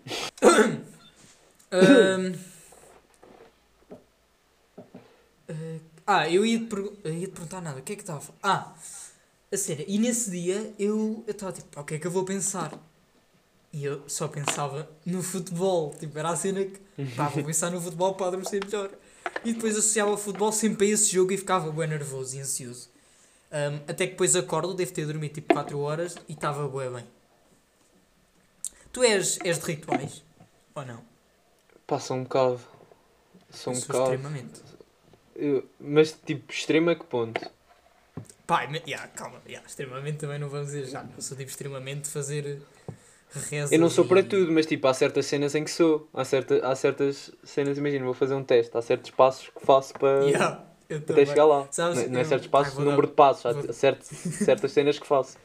[SPEAKER 2] [COUGHS] Ahm. Eh, ah, eu ia te, pergu- eu ia te perguntar nada, o que é que estava a falar? Ah, a cena, e nesse dia eu eu estava tipo, "Pá, o que é que eu vou pensar? E eu só pensava no futebol, tipo, era a cena que, pá,
[SPEAKER 3] [LAUGHS]
[SPEAKER 2] vou pensar no futebol para adormecer melhor. E depois associava o futebol sempre a esse jogo e ficava bem nervoso e ansioso. Ahm, até que depois acordo, devo ter dormido tipo 4 horas e estava bué bem. Tu és, és de rituais? Ou não?
[SPEAKER 3] Pá, sou um bocado. Sou
[SPEAKER 2] Eu
[SPEAKER 3] um
[SPEAKER 2] sou
[SPEAKER 3] bocado.
[SPEAKER 2] extremamente.
[SPEAKER 3] Eu- mas tipo, extremo a que ponto?
[SPEAKER 2] Pá, mas, yeah, calma, yeah, extremamente também não vamos dizer já. Eu sou tipo extremamente de fazer rezas.
[SPEAKER 3] Eu não sou para
[SPEAKER 2] e-
[SPEAKER 3] tudo, mas tipo, há certas cenas em que sou. Há, certa, há certas cenas, imagina, vou fazer um teste. Há certos passos que faço para
[SPEAKER 2] Yeah, eu
[SPEAKER 3] até
[SPEAKER 2] também.
[SPEAKER 3] chegar lá.
[SPEAKER 2] Sabes,
[SPEAKER 3] não, não é
[SPEAKER 2] eu-
[SPEAKER 3] certos
[SPEAKER 2] ai,
[SPEAKER 3] passos,
[SPEAKER 2] vou
[SPEAKER 3] o número
[SPEAKER 2] dar-
[SPEAKER 3] de passos.
[SPEAKER 2] vou-
[SPEAKER 3] Há certo, certas cenas que faço.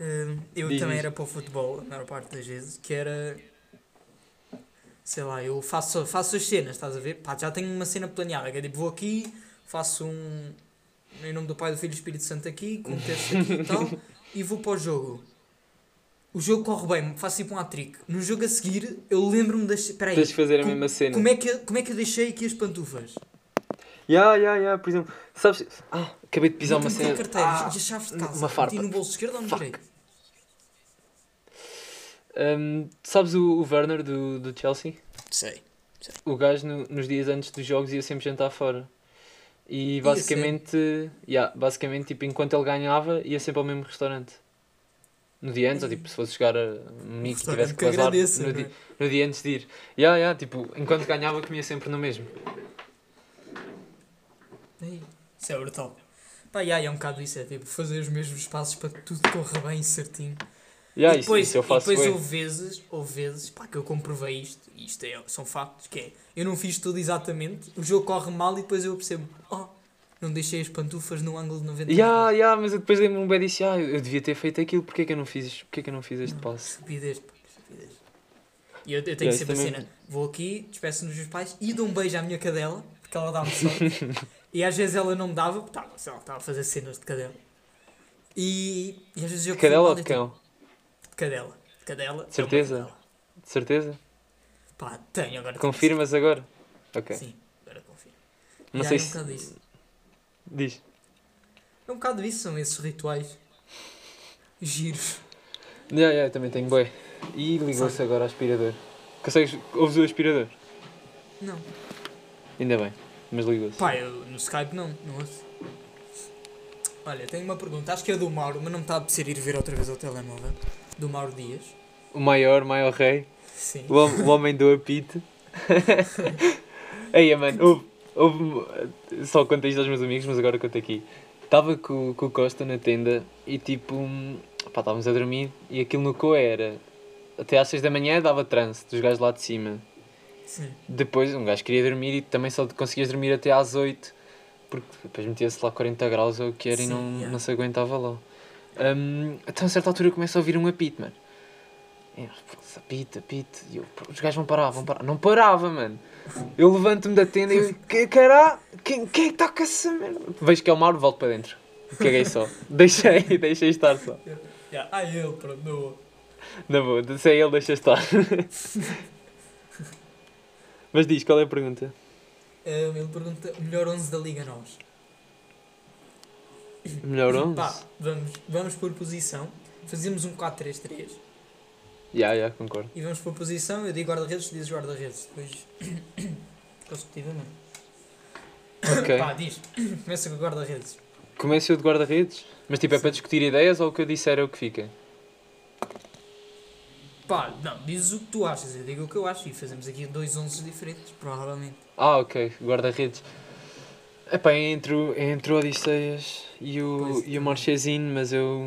[SPEAKER 2] Hum, eu
[SPEAKER 3] Diz,
[SPEAKER 2] também
[SPEAKER 3] diz.
[SPEAKER 2] era para o futebol, a maior parte das vezes, que era. Sei lá, eu faço, faço as cenas, estás a ver? Pá, já tenho uma cena planeada, que é tipo, vou aqui, faço um. Em nome do Pai, do Filho e do Espírito Santo aqui, com um texto aqui e
[SPEAKER 3] [LAUGHS]
[SPEAKER 2] tal, e vou para o jogo. O jogo corre bem, faço tipo um hat-trick. No jogo a seguir, eu lembro-me das. Espera aí.
[SPEAKER 3] Tens de fazer a
[SPEAKER 2] como-
[SPEAKER 3] mesma cena.
[SPEAKER 2] Como é, que, eu- como é que eu deixei aqui as pantufas?
[SPEAKER 3] Ya, ya, ya, por exemplo, sabes. Ah, acabei de pisar
[SPEAKER 2] Meti
[SPEAKER 3] uma cena.
[SPEAKER 2] carteiras
[SPEAKER 3] Ah,
[SPEAKER 2] e as chaves de
[SPEAKER 3] n-
[SPEAKER 2] casa.
[SPEAKER 3] uma farpa.
[SPEAKER 2] Meti no bolso esquerdo ou no
[SPEAKER 3] Fuck.
[SPEAKER 2] direito?
[SPEAKER 3] hum, sabes o, o Werner do, do Chelsea?
[SPEAKER 2] Sei.
[SPEAKER 3] O gajo no- nos dias antes dos jogos ia sempre jantar fora. E
[SPEAKER 2] Ia
[SPEAKER 3] basicamente, yeah, basicamente tipo, enquanto ele ganhava, ia sempre ao mesmo restaurante. No dia antes, ou tipo, se fosse jogar a Munique e tivesse
[SPEAKER 2] Restaurante
[SPEAKER 3] que
[SPEAKER 2] que
[SPEAKER 3] vazar,
[SPEAKER 2] agradeça,
[SPEAKER 3] no,
[SPEAKER 2] não é?
[SPEAKER 3] di- no dia antes de ir. Yeah, yeah, tipo, enquanto ganhava, comia sempre no mesmo.
[SPEAKER 2] Ei, Isso é brutal. Pá, e aí é um bocado isso, é tipo fazer os mesmos passos para que tudo corra bem certinho.
[SPEAKER 3] Yeah,
[SPEAKER 2] e
[SPEAKER 3] isso-
[SPEAKER 2] depois,
[SPEAKER 3] isso, eu
[SPEAKER 2] e
[SPEAKER 3] faço
[SPEAKER 2] depois
[SPEAKER 3] bué.
[SPEAKER 2] houve vezes, houve vezes, pá, que eu comprovei isto, e isto é, são factos, que é, eu não fiz tudo exatamente, o jogo corre mal e depois eu percebo, oh, não deixei as pantufas no ângulo de 90
[SPEAKER 3] Yeah, yeah, mas eu depois lembro-me bem disso. Ah, eu eu devia ter feito aquilo, porque é que eu não fiz, isto? porque é que eu não fiz este passo?
[SPEAKER 2] Estupidez, pá, estupidez. E eu, eu
[SPEAKER 3] Yeah,
[SPEAKER 2] tenho
[SPEAKER 3] isso
[SPEAKER 2] sempre a
[SPEAKER 3] também-
[SPEAKER 2] cena, vou aqui, despeço-me dos meus pais e dou um beijo à minha cadela, porque ela dá-me sorte.
[SPEAKER 3] [LAUGHS]
[SPEAKER 2] e às vezes ela não me dava, porque estava, sei lá, estava a fazer cenas de cadela. E, e às vezes eu
[SPEAKER 3] Cadela ou
[SPEAKER 2] corri mal
[SPEAKER 3] de
[SPEAKER 2] e eu
[SPEAKER 3] cão?
[SPEAKER 2] tipo, De cadela. De cadela. é uma
[SPEAKER 3] Certeza?
[SPEAKER 2] cadela.
[SPEAKER 3] De certeza?
[SPEAKER 2] Pá, tenho agora. tenho
[SPEAKER 3] Confirmas agora? Ok.
[SPEAKER 2] certeza. Sim, agora confirmo.
[SPEAKER 3] Não
[SPEAKER 2] Já
[SPEAKER 3] sei
[SPEAKER 2] é um
[SPEAKER 3] se.
[SPEAKER 2] bocado isso.
[SPEAKER 3] Diz.
[SPEAKER 2] É um bocado isso, são esses rituais. Giros.
[SPEAKER 3] Yeah, yeah, também tenho boi. E ligou-se
[SPEAKER 2] Sabe?
[SPEAKER 3] agora o aspirador. Consegues. Ouves o aspirador?
[SPEAKER 2] Não.
[SPEAKER 3] Ainda bem, mas ligou-se.
[SPEAKER 2] Pá, eu no Skype não, não ouço. Olha, tenho uma pergunta, acho que é do Mauro, mas não me está a apetecer ir ver outra vez ao telemóvel. Do Mauro Dias.
[SPEAKER 3] O maior, maior rei,
[SPEAKER 2] Sim.
[SPEAKER 3] o, hom- o homem do apito. [LAUGHS] Eia, mano, houve, houve- Só contei isto aos meus amigos, mas agora conto aqui. Estava com, com o Costa na tenda e tipo. hum, Pá, estávamos a dormir e aquilo no co era. Até às 6 da manhã dava trânsito dos gajos lá de cima.
[SPEAKER 2] Sim.
[SPEAKER 3] Depois um gajo queria dormir e também só conseguias dormir até às 8 porque depois metia-se lá 40 graus ou o que era e
[SPEAKER 2] Sim,
[SPEAKER 3] não,
[SPEAKER 2] yeah.
[SPEAKER 3] não se aguentava lá. Hum, então a certa altura começa a ouvir um apito, mano. E nós, "Putz, apito, apito. E eu, "Pô, os gajos vão parar, vão parar. Não parava, mano. Eu levanto-me da tenda e eu, "Que- cará, quem, quem é que toca essa merda? Vejo que é o Mauro, volto para dentro.
[SPEAKER 2] [LAUGHS]
[SPEAKER 3] Caguei só. Deixei, deixei estar só.
[SPEAKER 2] Já, Ah, ele, pronto, não.
[SPEAKER 3] Na boa, se é ele,
[SPEAKER 2] [LAUGHS]
[SPEAKER 3] deixa estar. Mas diz, qual é a pergunta?
[SPEAKER 2] Ah, ele pergunta o melhor 11 da Liga Nós.
[SPEAKER 3] Melhor 11?
[SPEAKER 2] Pá, vamos, vamos por posição, fazemos um 4-3-3
[SPEAKER 3] Ya, ya,
[SPEAKER 2] [COUGHS]
[SPEAKER 3] concordo.
[SPEAKER 2] e vamos por posição, eu digo guarda-redes, tu dizes guarda-redes, depois. [COUGHS] consecutivamente.
[SPEAKER 3] Ok.
[SPEAKER 2] Pá, diz, [COUGHS] começa com guarda-redes.
[SPEAKER 3] Comece o de guarda-redes? Mas tipo, é
[SPEAKER 2] Sim.
[SPEAKER 3] para discutir ideias ou o que eu disser é o que fica?
[SPEAKER 2] Pá, não, dizes o que tu achas, eu digo o que eu acho e fazemos aqui dois 11 diferentes, provavelmente.
[SPEAKER 3] Ah, ok, guarda-redes. Epá, entre o, entre o Odisseias e o,
[SPEAKER 2] Pois é.
[SPEAKER 3] e o
[SPEAKER 2] também.
[SPEAKER 3] Marchesino, mas eu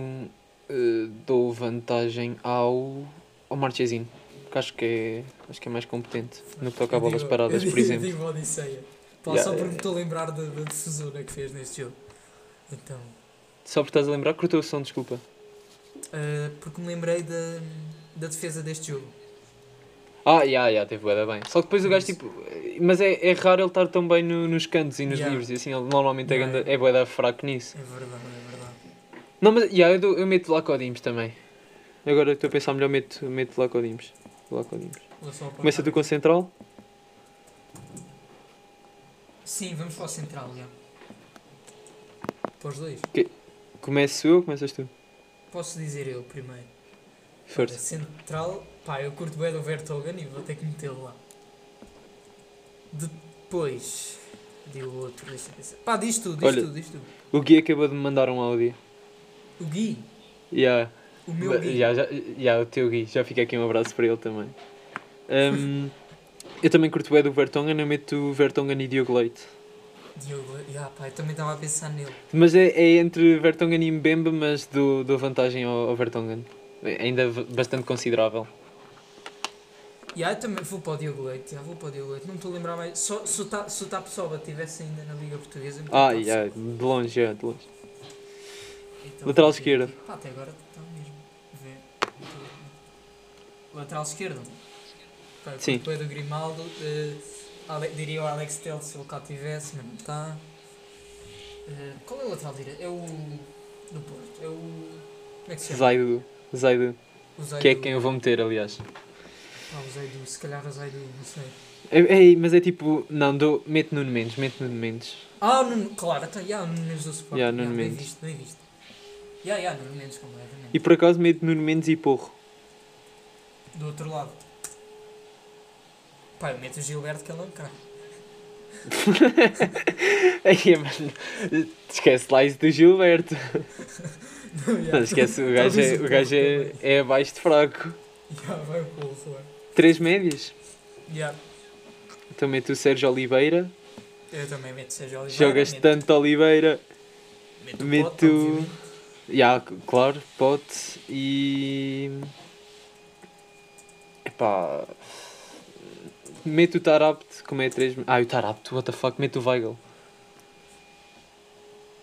[SPEAKER 3] eh, dou vantagem ao, ao Marchesino, porque acho que, é, acho que é mais competente no que toca a
[SPEAKER 2] Eu
[SPEAKER 3] bolas
[SPEAKER 2] digo- [LAUGHS]
[SPEAKER 3] paradas,
[SPEAKER 2] eu
[SPEAKER 3] por
[SPEAKER 2] digo-
[SPEAKER 3] exemplo.
[SPEAKER 2] Eu digo Odisseia. Pá,
[SPEAKER 3] Yeah,
[SPEAKER 2] só porque
[SPEAKER 3] é-
[SPEAKER 2] me estou a lembrar da, da difusora que fez neste jogo. Então,
[SPEAKER 3] Só por estás a lembrar, cortou o som, desculpa.
[SPEAKER 2] eh, ah, porque me lembrei da, da defesa deste jogo.
[SPEAKER 3] Ah, yeah, yeah, teve bué da bem. Só que depois o gajo, tipo... eh, Mas é, é raro ele estar tão bem no- nos cantos e nos
[SPEAKER 2] Yeah.
[SPEAKER 3] livros. E assim, ele normalmente é,
[SPEAKER 2] Yeah,
[SPEAKER 3] ganda-
[SPEAKER 2] yeah.
[SPEAKER 3] é bué da fraco nisso.
[SPEAKER 2] É verdade, é verdade.
[SPEAKER 3] Não, mas yeah, eu, dou- eu meto Lacodimes também. Agora estou a pensar melhor, meto, meto Lacodimes. Lacodimes.
[SPEAKER 2] Relação ao
[SPEAKER 3] Começa tu
[SPEAKER 2] Portal.
[SPEAKER 3] com o Central?
[SPEAKER 2] Sim, vamos para o central, já. Para os dois.
[SPEAKER 3] Começo eu ou começas tu?
[SPEAKER 2] Posso dizer eu primeiro. Ora,
[SPEAKER 3] Força.
[SPEAKER 2] Central, pá, eu curto bem do Vertogen e vou ter que metê-lo lá. Depois. Digo o outro, deixa eu pensar. Pá, diz tu, diz
[SPEAKER 3] Olha.
[SPEAKER 2] tu, diz tu.
[SPEAKER 3] O Gui acabou de me mandar um áudio.
[SPEAKER 2] O Gui,
[SPEAKER 3] Yeah.
[SPEAKER 2] o meu Gui.
[SPEAKER 3] Já, já, já, o teu Gui. Já fica aqui um abraço para ele também. Ahm, [LAUGHS] eu também curto bem do Vertonghen, eu meto o Vertonghen e Diogo Leite.
[SPEAKER 2] Diogo, já, pá, eu também estava a pensar nele.
[SPEAKER 3] Mas é, é entre Vertonghen e Mbemba, mas dou, dou vantagem ao, ao Vertonghen. É, Ainda v- bastante considerável.
[SPEAKER 2] Já, eu também vou para o Diogo Leite, já vou para o Diogo Leite. Não me estou a lembrar mais. Só, se o Ta- se o Tapsoba estivesse ainda na Liga Portuguesa... então
[SPEAKER 3] Ah,
[SPEAKER 2] Tapsoba.
[SPEAKER 3] yeah, de longe, yeah, de longe.
[SPEAKER 2] Então,
[SPEAKER 3] Lateral
[SPEAKER 2] vou ver
[SPEAKER 3] esquerda.
[SPEAKER 2] aqui. Pá, até agora está mesmo. Vê. Lateral esquerdo. Pá, eu
[SPEAKER 3] Sim.
[SPEAKER 2] curto bué do Grimaldo. eh, Ale- diria o Alex Tel se ele cá tivesse, mas não está. Eh, qual é o lateral direito? É o. do Porto. É o. Como é que se chama?
[SPEAKER 3] Zaidu. Zaidu.
[SPEAKER 2] O Zaidu.
[SPEAKER 3] Que é quem eu vou meter, aliás.
[SPEAKER 2] Pá, o Zaidu. Se calhar o Zaidu, não sei.
[SPEAKER 3] É, é, mas é tipo, não, dou, meto Nuno Mendes, meto Nuno Mendes.
[SPEAKER 2] Ah, o Nuno, claro, tá, yeah, o Nuno Mendes do Sport.
[SPEAKER 3] Yeah, Nuno
[SPEAKER 2] bem
[SPEAKER 3] Mendes.
[SPEAKER 2] visto, bem visto. Yeah, yeah, Nuno Mendes, completamente.
[SPEAKER 3] E por acaso meto Nuno Mendes e [LAUGHS] Porro.
[SPEAKER 2] Do outro lado. Pá, eu meto o Gilberto que ele é um
[SPEAKER 3] [LAUGHS]
[SPEAKER 2] craque.
[SPEAKER 3] Aí, mano, É, esquece lá isso do Gilberto. Não,
[SPEAKER 2] yeah.
[SPEAKER 3] esquece, o gajo, é, o gajo é, é abaixo de fraco.
[SPEAKER 2] Yeah, vai o Porro, vai.
[SPEAKER 3] Três médias.
[SPEAKER 2] Yeah.
[SPEAKER 3] Então meto o Sérgio Oliveira.
[SPEAKER 2] Eu também meto seja Oliveira.
[SPEAKER 3] Jogas
[SPEAKER 2] meto-
[SPEAKER 3] tanto Oliveira.
[SPEAKER 2] Meto, o
[SPEAKER 3] meto-
[SPEAKER 2] Pote, obviamente.
[SPEAKER 3] Ya, c- claro, pote e. Epá. Meto o Tarapt, como é três. Ah, o Tarapt, what the fuck, meto o Weigl.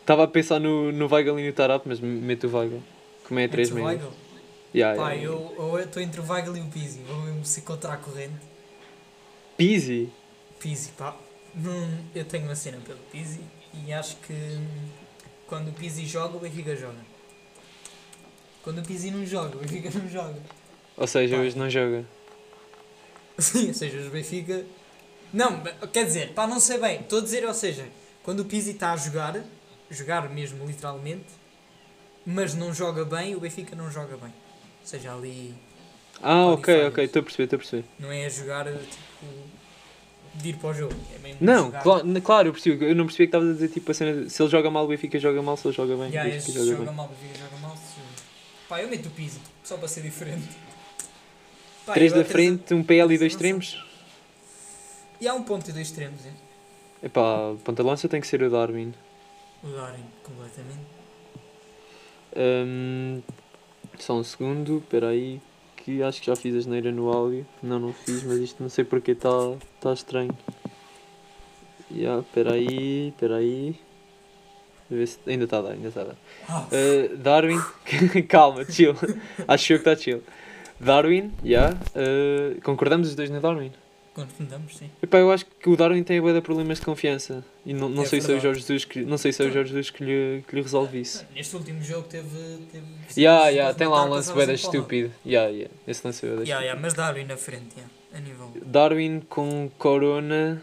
[SPEAKER 3] Estava a pensar no, no Weigl e no Tarapt, mas meto o Weigl. Como é
[SPEAKER 2] Meto
[SPEAKER 3] três
[SPEAKER 2] o
[SPEAKER 3] médias.
[SPEAKER 2] Weigl.
[SPEAKER 3] Ya,
[SPEAKER 2] Pá,
[SPEAKER 3] ya.
[SPEAKER 2] eu ou eu estou entre o Weigl e o Pizzi. Vou mesmo se contra a corrente.
[SPEAKER 3] Pizzi?
[SPEAKER 2] Pizzi, pá. Não, eu tenho uma cena pelo Pizzi e acho que hum, quando o Pizzi joga, o Benfica joga. Quando o Pizzi não joga, o Benfica não joga.
[SPEAKER 3] Ou seja,
[SPEAKER 2] Pá.
[SPEAKER 3] hoje não joga.
[SPEAKER 2] Sim, ou seja, os Benfica. Não, ba- quer dizer, pá, não sei bem. Estou a dizer, ou seja, quando o Pizzi está a jogar, jogar mesmo literalmente, mas não joga bem, o Benfica não joga bem. Ou seja, ali
[SPEAKER 3] Ah,
[SPEAKER 2] Pá,
[SPEAKER 3] ok,
[SPEAKER 2] diferente.
[SPEAKER 3] ok, estou a perceber, estou a perceber.
[SPEAKER 2] não é a jogar tipo de ir para o jogo. É mesmo
[SPEAKER 3] Não,
[SPEAKER 2] jogar-
[SPEAKER 3] cla- n- claro, eu percebi. Eu não percebi que estavas a dizer tipo a cena de, se ele joga mal, o Benfica joga mal, se ele joga bem,
[SPEAKER 2] Yeah,
[SPEAKER 3] o
[SPEAKER 2] se
[SPEAKER 3] Benfica
[SPEAKER 2] joga,
[SPEAKER 3] joga bem.
[SPEAKER 2] mal, o Benfica joga mal. Se... Pá, eu meto o Pizzi, só para ser diferente. Pá,
[SPEAKER 3] Três
[SPEAKER 2] e
[SPEAKER 3] da
[SPEAKER 2] outras-
[SPEAKER 3] frente, um PL e
[SPEAKER 2] Não
[SPEAKER 3] dois
[SPEAKER 2] sei.
[SPEAKER 3] extremos.
[SPEAKER 2] E há um ponto e dois extremos, é?
[SPEAKER 3] Epá, ponta de lança tem que ser o Darwin.
[SPEAKER 2] O Darwin, completamente.
[SPEAKER 3] Hum, só um segundo, espera aí, que acho que já fiz a geneira no áudio. Não, não fiz, mas isto não sei porque está tá estranho. Yeah, espera aí, espera aí. A ver se- Ainda está a dar, ainda está a dar.
[SPEAKER 2] Ah,
[SPEAKER 3] Uh, Darwin, [LAUGHS] calma, chill. Acho eu que está chill. Darwin, já. uh, concordamos os dois no Darwin.
[SPEAKER 2] confundamos, sim.
[SPEAKER 3] Epá, eu acho que o Darwin tem bué de problemas de confiança. E não, não
[SPEAKER 2] É
[SPEAKER 3] sei se é o
[SPEAKER 2] verdade.
[SPEAKER 3] Jorge Jesus que, não sei se é o Jorge Jesus que lhe, que lhe resolve isso.
[SPEAKER 2] Neste último jogo teve. teve
[SPEAKER 3] Ya, ya, tem lá um
[SPEAKER 2] teve-
[SPEAKER 3] lance
[SPEAKER 2] teve-
[SPEAKER 3] bué de
[SPEAKER 2] teve-
[SPEAKER 3] estúpido. Ya, ya, esse lance é bué de
[SPEAKER 2] Ya, ya,
[SPEAKER 3] estúpido.
[SPEAKER 2] mas Darwin na frente, ya, a nível
[SPEAKER 3] Darwin com Corona,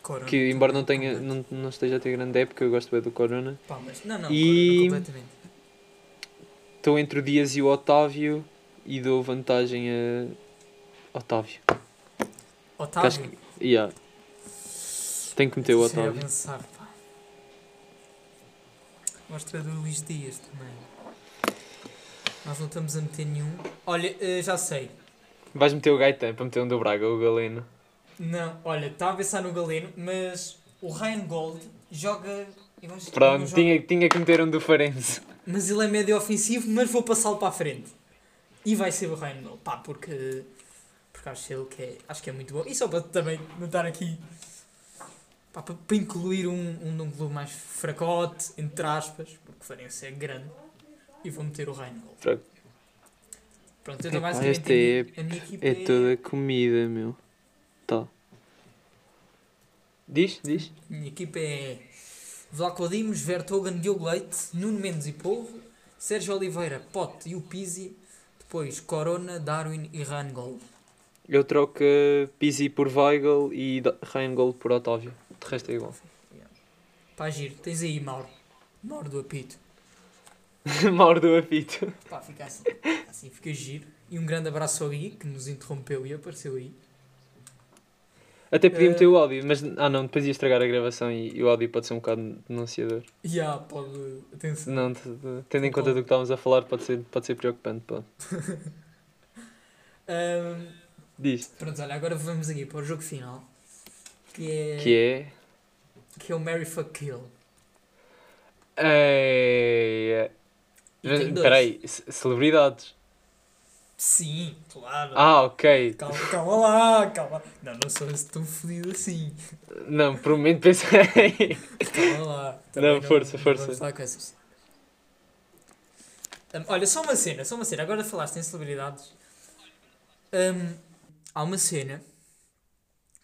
[SPEAKER 2] Corona.
[SPEAKER 3] que embora não,
[SPEAKER 2] também,
[SPEAKER 3] tenha,
[SPEAKER 2] completo.
[SPEAKER 3] não, não esteja a ter grande época, eu gosto bem do Corona.
[SPEAKER 2] Pá, mas- não, não,
[SPEAKER 3] E-
[SPEAKER 2] Corona completamente.
[SPEAKER 3] Estou Então, entre o Dias e o Otávio e dou vantagem a Otávio.
[SPEAKER 2] Otávio.
[SPEAKER 3] acho Yeah. Tenho que meter o
[SPEAKER 2] Isso é
[SPEAKER 3] Otávio.
[SPEAKER 2] avançar, pá. Mostra do Luís Dias também. Nós não estamos a meter nenhum. Olha, eh, já sei.
[SPEAKER 3] Vais meter o Gaetan para meter um do Braga, o Galeno.
[SPEAKER 2] Não, olha, estava a pensar no Galeno, mas o Ryan Gold joga. Eu acho que ele não
[SPEAKER 3] Pronto,
[SPEAKER 2] joga-
[SPEAKER 3] tinha, tinha que meter um do Farense. [LAUGHS]
[SPEAKER 2] Mas ele é médio ofensivo, mas vou passá-lo para a frente. E vai ser o Ryan Gold, pá, porque, porque acho ele que é, acho que é muito bom. E só para também notar aqui, pá, para, para incluir um, um de um clube mais fracote, entre aspas, porque o Farense é grande, e vou meter o Ryan Gold.
[SPEAKER 3] Fraco.
[SPEAKER 2] Pronto, então
[SPEAKER 3] Epá,
[SPEAKER 2] basicamente
[SPEAKER 3] esta
[SPEAKER 2] a minha- a minha equipa
[SPEAKER 3] É toda comida, meu. Tá. Diz, diz.
[SPEAKER 2] Minha equipa é Vlaco Dimos, Vertogen, Diogo Leite, Nuno Mendes e Polvo, Sérgio Oliveira, Pote e o Pizzi, depois Corona, Darwin e Rangol.
[SPEAKER 3] Eu troco eh, Pizzi por Weigl e Da- Rheingold por Otávio. De resto é igual. [LAUGHS]
[SPEAKER 2] Pá, giro, tens aí Mauro. Mauro do apito.
[SPEAKER 3] Mauro do apito.
[SPEAKER 2] Pá, fica assim. Assim fica giro. E um grande abraço ao Gui, que nos interrompeu e apareceu aí.
[SPEAKER 3] Até podia
[SPEAKER 2] Eh.
[SPEAKER 3] meter o áudio, mas... Ah não, depois ia estragar a gravação e, e o áudio pode ser um bocado denunciador.
[SPEAKER 2] E há, pode. Atenção.
[SPEAKER 3] Não, t- t- tendo em conta do que estávamos a falar, pode ser, pode ser preocupante, pá.
[SPEAKER 2] Ahm,
[SPEAKER 3] Diz.
[SPEAKER 2] pronto, olha, agora vamos aqui para o jogo final. Que é.
[SPEAKER 3] Que é...
[SPEAKER 2] que é o Mary Fuck Kill.
[SPEAKER 3] É...
[SPEAKER 2] E tem dois.
[SPEAKER 3] Peraí, ce- celebridades.
[SPEAKER 2] Sim, claro.
[SPEAKER 3] Ah, ok.
[SPEAKER 2] Calma, calma lá, calma. Não, não sou esse tão fodido assim.
[SPEAKER 3] Não, por um
[SPEAKER 2] [LAUGHS]
[SPEAKER 3] momento pensei.
[SPEAKER 2] Calma lá.
[SPEAKER 3] Não, força, força.
[SPEAKER 2] vamos falar com essas. Hum, olha, só uma cena, só uma cena. Agora falaste em celebridades. Hum, há uma cena.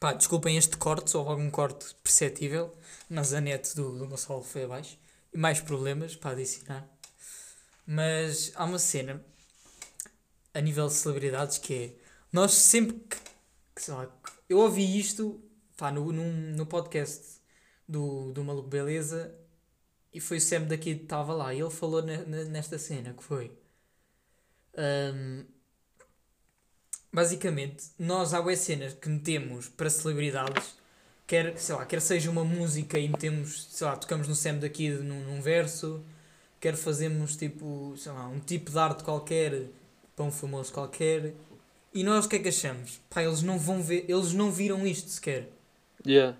[SPEAKER 2] Pá, desculpem este corte, se houve algum corte perceptível, mas a net do, do Gonçalo foi abaixo. E mais problemas para adicionar. Mas há uma cena a nível de celebridades que é. Nós sempre que. que sei lá, que- eu ouvi isto pá, no, num, no podcast do, do Maluco Beleza e foi o Sam daqui que estava lá e ele falou ne- ne- nesta cena que foi. hum, basicamente, nós há bué cenas que metemos para celebridades, quer, sei lá, quer seja uma música e metemos, sei lá, tocamos no Sam daqui num, num verso, quer fazemos tipo, sei lá, um tipo de arte qualquer para um famoso qualquer. E nós o que é que achamos? Pá, eles não vão ver, eles não viram isto sequer.
[SPEAKER 3] Yeah.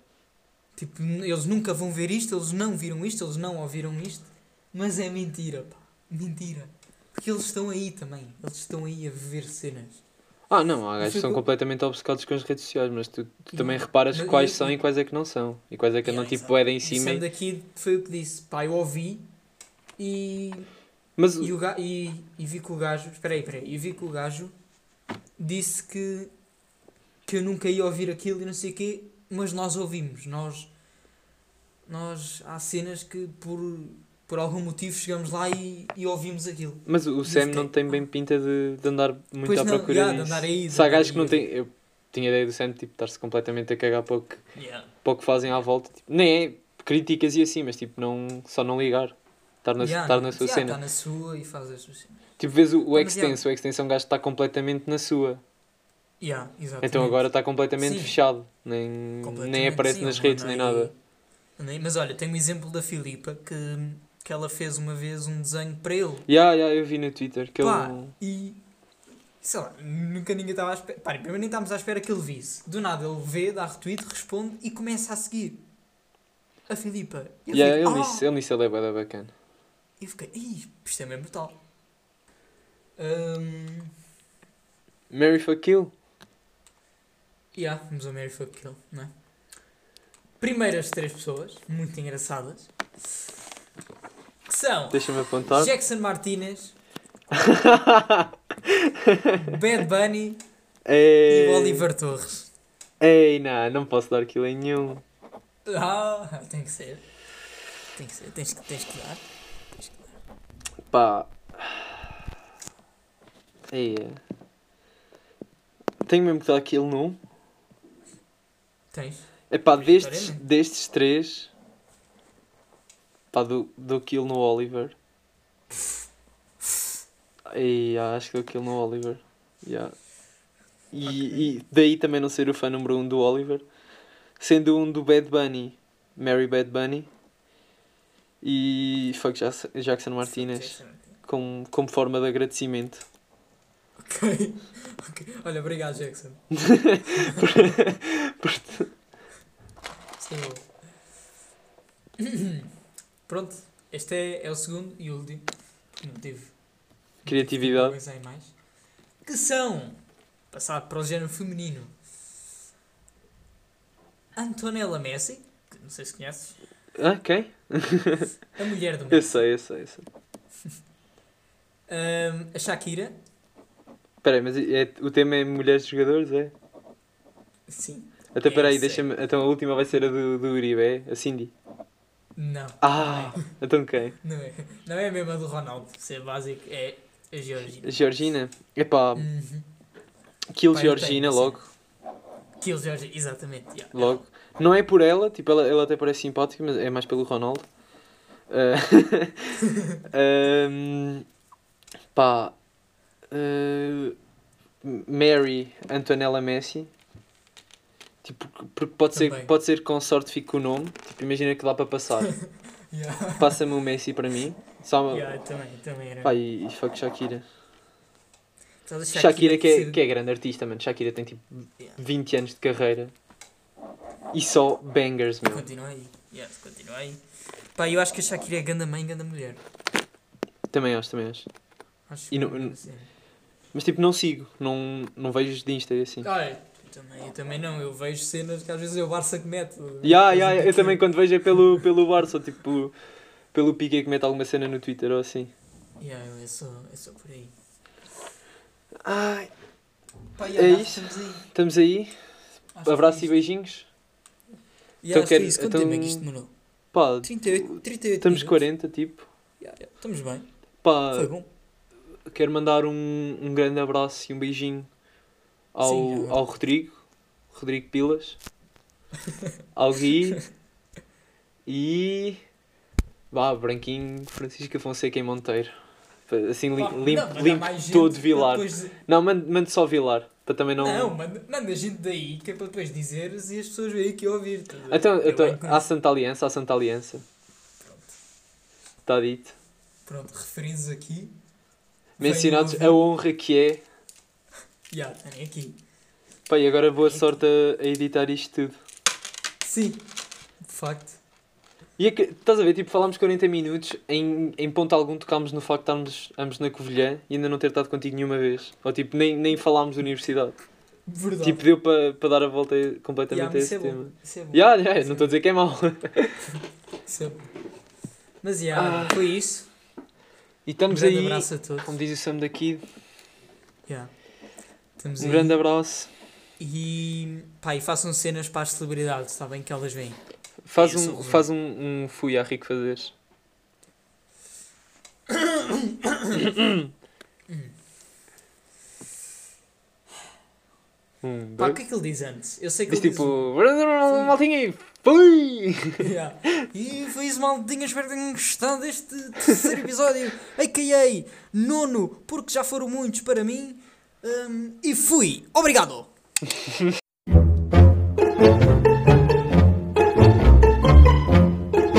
[SPEAKER 2] Tipo, n- eles nunca vão ver isto, eles não viram isto, eles não ouviram isto. Mas é mentira, pá. Mentira. Porque eles estão aí também. Eles estão aí a ver cenas.
[SPEAKER 3] Ah, não, há gajos que
[SPEAKER 2] Fico-
[SPEAKER 3] são completamente obcecados com as redes sociais, mas tu, tu
[SPEAKER 2] E-
[SPEAKER 3] também reparas
[SPEAKER 2] mas-
[SPEAKER 3] quais
[SPEAKER 2] e-
[SPEAKER 3] são e quais é que não são. E quais é que
[SPEAKER 2] Yeah,
[SPEAKER 3] andam tipo
[SPEAKER 2] exato.
[SPEAKER 3] era em
[SPEAKER 2] E
[SPEAKER 3] cima.
[SPEAKER 2] Sam
[SPEAKER 3] e-
[SPEAKER 2] daqui foi o que disse. Pá, eu ouvi e,
[SPEAKER 3] Mas
[SPEAKER 2] e, o ga- e, e vi que o gajo. Espera aí, espera aí. E vi que o gajo disse que, que eu nunca ia ouvir aquilo e não sei o quê. Mas nós ouvimos. Nós. Nós. Há cenas que por, por algum motivo chegamos lá e, e ouvimos aquilo.
[SPEAKER 3] Mas o Sam
[SPEAKER 2] que-
[SPEAKER 3] não tem bem pinta de, de andar muito
[SPEAKER 2] é Pois
[SPEAKER 3] à
[SPEAKER 2] não,
[SPEAKER 3] procura
[SPEAKER 2] yeah, de
[SPEAKER 3] disso.
[SPEAKER 2] andar aí, de
[SPEAKER 3] Se há
[SPEAKER 2] andar
[SPEAKER 3] gajos que
[SPEAKER 2] aí.
[SPEAKER 3] não tem. Eu tinha ideia do Sam, tipo, estar-se completamente a cagar para o que,
[SPEAKER 2] Yeah.
[SPEAKER 3] para o que fazem à volta. Tipo, nem é críticas e assim, mas tipo, não, só não ligar. Estar Tá na,
[SPEAKER 2] Yeah,
[SPEAKER 3] estar na sua
[SPEAKER 2] yeah,
[SPEAKER 3] cena.
[SPEAKER 2] Está na sua e faz as suas cenas.
[SPEAKER 3] Tipo, vês o, o
[SPEAKER 2] Mas,
[SPEAKER 3] Extense, o Extense é um gajo que está completamente na sua.
[SPEAKER 2] Yeah, exatamente.
[SPEAKER 3] Então agora está completamente
[SPEAKER 2] Sim.
[SPEAKER 3] fechado. Nem, nem
[SPEAKER 2] Completamente,
[SPEAKER 3] aparece
[SPEAKER 2] sim,
[SPEAKER 3] nas
[SPEAKER 2] não
[SPEAKER 3] redes,
[SPEAKER 2] andei-
[SPEAKER 3] nem nada.
[SPEAKER 2] andei- Mas olha, tem um exemplo da Filipa que, que ela fez uma vez um desenho para ele.
[SPEAKER 3] Ya, ya, eu vi no Twitter que
[SPEAKER 2] Pá,
[SPEAKER 3] ele.
[SPEAKER 2] E sei lá, nunca ninguém estava à espera. Pá, primeiro nem estávamos à espera que ele visse. Do nada ele vê, dá retweet, responde e começa a seguir. A Filipa. E eu
[SPEAKER 3] Yeah,
[SPEAKER 2] fiquei,
[SPEAKER 3] ele
[SPEAKER 2] "Ah!"
[SPEAKER 3] disse, ele disse ele é bué da bacana.
[SPEAKER 2] E eu fiquei, "Ih, isto é mesmo brutal. Hum,
[SPEAKER 3] Mary for Kill?
[SPEAKER 2] Yeah, vamos ao Mary Fuck Kill, não é? Primeiras três pessoas, muito engraçadas, que são
[SPEAKER 3] Deixa-me apontar.
[SPEAKER 2] Jackson Martinez, Bad Bunny
[SPEAKER 3] Ei,
[SPEAKER 2] e o Oliver Torres.
[SPEAKER 3] É- Ei, não, não posso dar kill em nenhum.
[SPEAKER 2] Ah, tem que ser. Tem que ser, tens que, tens que dar. Tens que dar.
[SPEAKER 3] Pá. Ei, é. Tenho mesmo que dar kill num.
[SPEAKER 2] Tens.
[SPEAKER 3] É pá, destes,
[SPEAKER 2] Obrigatoriamente.
[SPEAKER 3] destes três. Pá, do, do kill no Oliver. Ei, ah, acho que dou kill no Oliver. Yeah. E, e daí também não ser o fã número um do Oliver. Sendo um do Bad Bunny. Mary Bad Bunny. E fuck Jackson, Jackson Martinez.
[SPEAKER 2] Jackson Martinez.
[SPEAKER 3] Como, como forma de agradecimento. [LAUGHS]
[SPEAKER 2] Ok. [LAUGHS] ok. Olha, obrigado, Jackson. Sim, [COUGHS] eu- Pronto, este é, é o segundo e último. porque Não tive
[SPEAKER 3] Criatividade.
[SPEAKER 2] Coisa aí mais. Que são, passado para o género feminino, Antonella Messi, que não sei se conheces,
[SPEAKER 3] Ah, quem?
[SPEAKER 2] a mulher do
[SPEAKER 3] Eu
[SPEAKER 2] Messi,
[SPEAKER 3] sei, eu sei, eu sei.
[SPEAKER 2] Ahm, a Shakira
[SPEAKER 3] Espera aí, mas é- o tema é mulheres jogadores, é?
[SPEAKER 2] Sim.
[SPEAKER 3] Até
[SPEAKER 2] É,
[SPEAKER 3] espera aí,
[SPEAKER 2] sim.
[SPEAKER 3] deixa-me. Então a última vai ser a do, do Uribe, é? A Cindy.
[SPEAKER 2] Não.
[SPEAKER 3] Ah! Então quem?
[SPEAKER 2] Não é, não é a mesma do Ronaldo. Ser básico é a Georgina.
[SPEAKER 3] A Georgina? Epá,
[SPEAKER 2] Uhum.
[SPEAKER 3] kill
[SPEAKER 2] Pá, eu
[SPEAKER 3] Georgina
[SPEAKER 2] tenho, sim.
[SPEAKER 3] logo.
[SPEAKER 2] Kill Georgina, exatamente. yeah.
[SPEAKER 3] Logo. Não é por ela, tipo, ela, ela até parece simpática, mas é mais pelo Ronaldo. Ah, [LAUGHS] ahm, pá. ah, Mary Antonella Messi. Tipo, porque pode ser,
[SPEAKER 2] Também.
[SPEAKER 3] pode ser que com sorte fique com o nome. Tipo, imagina que dá para passar.
[SPEAKER 2] Yeah. [LAUGHS]
[SPEAKER 3] Passa-me o Messi para mim. Só uma-
[SPEAKER 2] Yeah, também, também era.
[SPEAKER 3] Pá, e, e fuck Shakira.
[SPEAKER 2] Só do
[SPEAKER 3] Shakira, que, é,
[SPEAKER 2] ser-
[SPEAKER 3] que é grande artista, mano. Shakira tem tipo
[SPEAKER 2] Yeah.
[SPEAKER 3] 20 anos de carreira. E só bangers, meu.
[SPEAKER 2] Continua aí. Yes, continua aí. Pá, eu acho que a Shakira é ganda mãe, ganda mulher.
[SPEAKER 3] Também acho, também acho.
[SPEAKER 2] Acho que
[SPEAKER 3] E não-
[SPEAKER 2] é
[SPEAKER 3] não-
[SPEAKER 2] assim.
[SPEAKER 3] Mas tipo, não sigo, não, não vejo de Insta e assim.
[SPEAKER 2] Olha, eu também, eu também não. Eu vejo cenas que às vezes é o Barça que mete.
[SPEAKER 3] Ya,
[SPEAKER 2] Coisa
[SPEAKER 3] ya, eu
[SPEAKER 2] daquilo.
[SPEAKER 3] também quando vejo é pelo, pelo Barça, ou, tipo, pelo Piqué que mete alguma cena no Twitter ou assim.
[SPEAKER 2] Yeah, eu- é só, é só por aí.
[SPEAKER 3] Ai,
[SPEAKER 2] Pá,
[SPEAKER 3] É acho que isso? estamos aí, abraço e beijinhos. Então,
[SPEAKER 2] é acho que é
[SPEAKER 3] quero-
[SPEAKER 2] isso. Quanto
[SPEAKER 3] então-
[SPEAKER 2] tempo é que isto demorou?
[SPEAKER 3] Pá,
[SPEAKER 2] 38, 38
[SPEAKER 3] Então, estamos Ah,
[SPEAKER 2] minutos.
[SPEAKER 3] 40, tipo.
[SPEAKER 2] Yeah, yeah, estamos bem.
[SPEAKER 3] Pá,
[SPEAKER 2] Foi bom.
[SPEAKER 3] quero mandar um, um grande abraço e um beijinho ao,
[SPEAKER 2] Sim, já.
[SPEAKER 3] ao Rodrigo, Rodrigo
[SPEAKER 2] [LAUGHS]
[SPEAKER 3] Pilas, ao Gui e. Vá, Branquinho, Francisca Fonseca e Monteiro. Assim lim-
[SPEAKER 2] Pá,
[SPEAKER 3] limpo,
[SPEAKER 2] não, manda
[SPEAKER 3] limpo
[SPEAKER 2] mais gente
[SPEAKER 3] todo
[SPEAKER 2] para
[SPEAKER 3] Vilar.
[SPEAKER 2] depois-
[SPEAKER 3] Não, mando, mando só Vilar, para também não.
[SPEAKER 2] Não, manda, manda gente daí que é para depois dizeres e as pessoas verem que ouvir. tá a ver?
[SPEAKER 3] Então,
[SPEAKER 2] É
[SPEAKER 3] então,
[SPEAKER 2] bem conhecido.
[SPEAKER 3] há Santa Aliança, há Santa Aliança. Está dito.
[SPEAKER 2] Pronto, referidos aqui.
[SPEAKER 3] Mencionados
[SPEAKER 2] Venham
[SPEAKER 3] a honra que é.
[SPEAKER 2] Já, tem aqui.
[SPEAKER 3] Pá, e agora boa sorte a, a editar isto tudo.
[SPEAKER 2] Sim, de facto.
[SPEAKER 3] E é que, estás a ver, tipo, falámos 40 minutos, em, em ponto algum tocámos no facto de estarmos ambos na Covilhã e ainda não ter estado contigo nenhuma vez. Ou tipo, nem, nem falámos de universidade.
[SPEAKER 2] Verdade.
[SPEAKER 3] Tipo, deu para para dar a volta
[SPEAKER 2] Ya,
[SPEAKER 3] completamente
[SPEAKER 2] mas
[SPEAKER 3] a
[SPEAKER 2] isso
[SPEAKER 3] esse
[SPEAKER 2] é bom.
[SPEAKER 3] tema.
[SPEAKER 2] Isso é bom.
[SPEAKER 3] Ya, ya, não estou a dizer que é mau.
[SPEAKER 2] Isso é bom. Mas já,
[SPEAKER 3] Ah,
[SPEAKER 2] foi isso.
[SPEAKER 3] [LAUGHS]
[SPEAKER 2] Um
[SPEAKER 3] E estamos
[SPEAKER 2] grande
[SPEAKER 3] aí,
[SPEAKER 2] abraço a todos.
[SPEAKER 3] como diz o Sam daqui,
[SPEAKER 2] Já. Estamos
[SPEAKER 3] um
[SPEAKER 2] aí.
[SPEAKER 3] grande abraço.
[SPEAKER 2] E, pá, e façam cenas para as celebridades, está bem que elas vêm.
[SPEAKER 3] Faz,
[SPEAKER 2] Isso,
[SPEAKER 3] um,
[SPEAKER 2] Rui.
[SPEAKER 3] faz um, um fui a rico [COUGHS] fazeres. um,
[SPEAKER 2] Pá, o
[SPEAKER 3] dois.
[SPEAKER 2] que é que ele diz antes? Eu sei que
[SPEAKER 3] Diz
[SPEAKER 2] ele [LAUGHS] diz...
[SPEAKER 3] tipo, maltinha e fui!
[SPEAKER 2] Yeah. E foi isso, maldinha. Espero que tenham gostado deste terceiro episódio. AKA nono, porque já foram muitos para mim. Hum, e fui. Obrigado.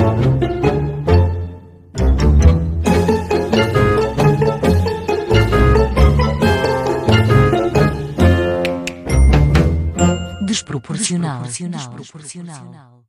[SPEAKER 1] Desproporcional.
[SPEAKER 4] Desproporcional.
[SPEAKER 1] Desproporcional.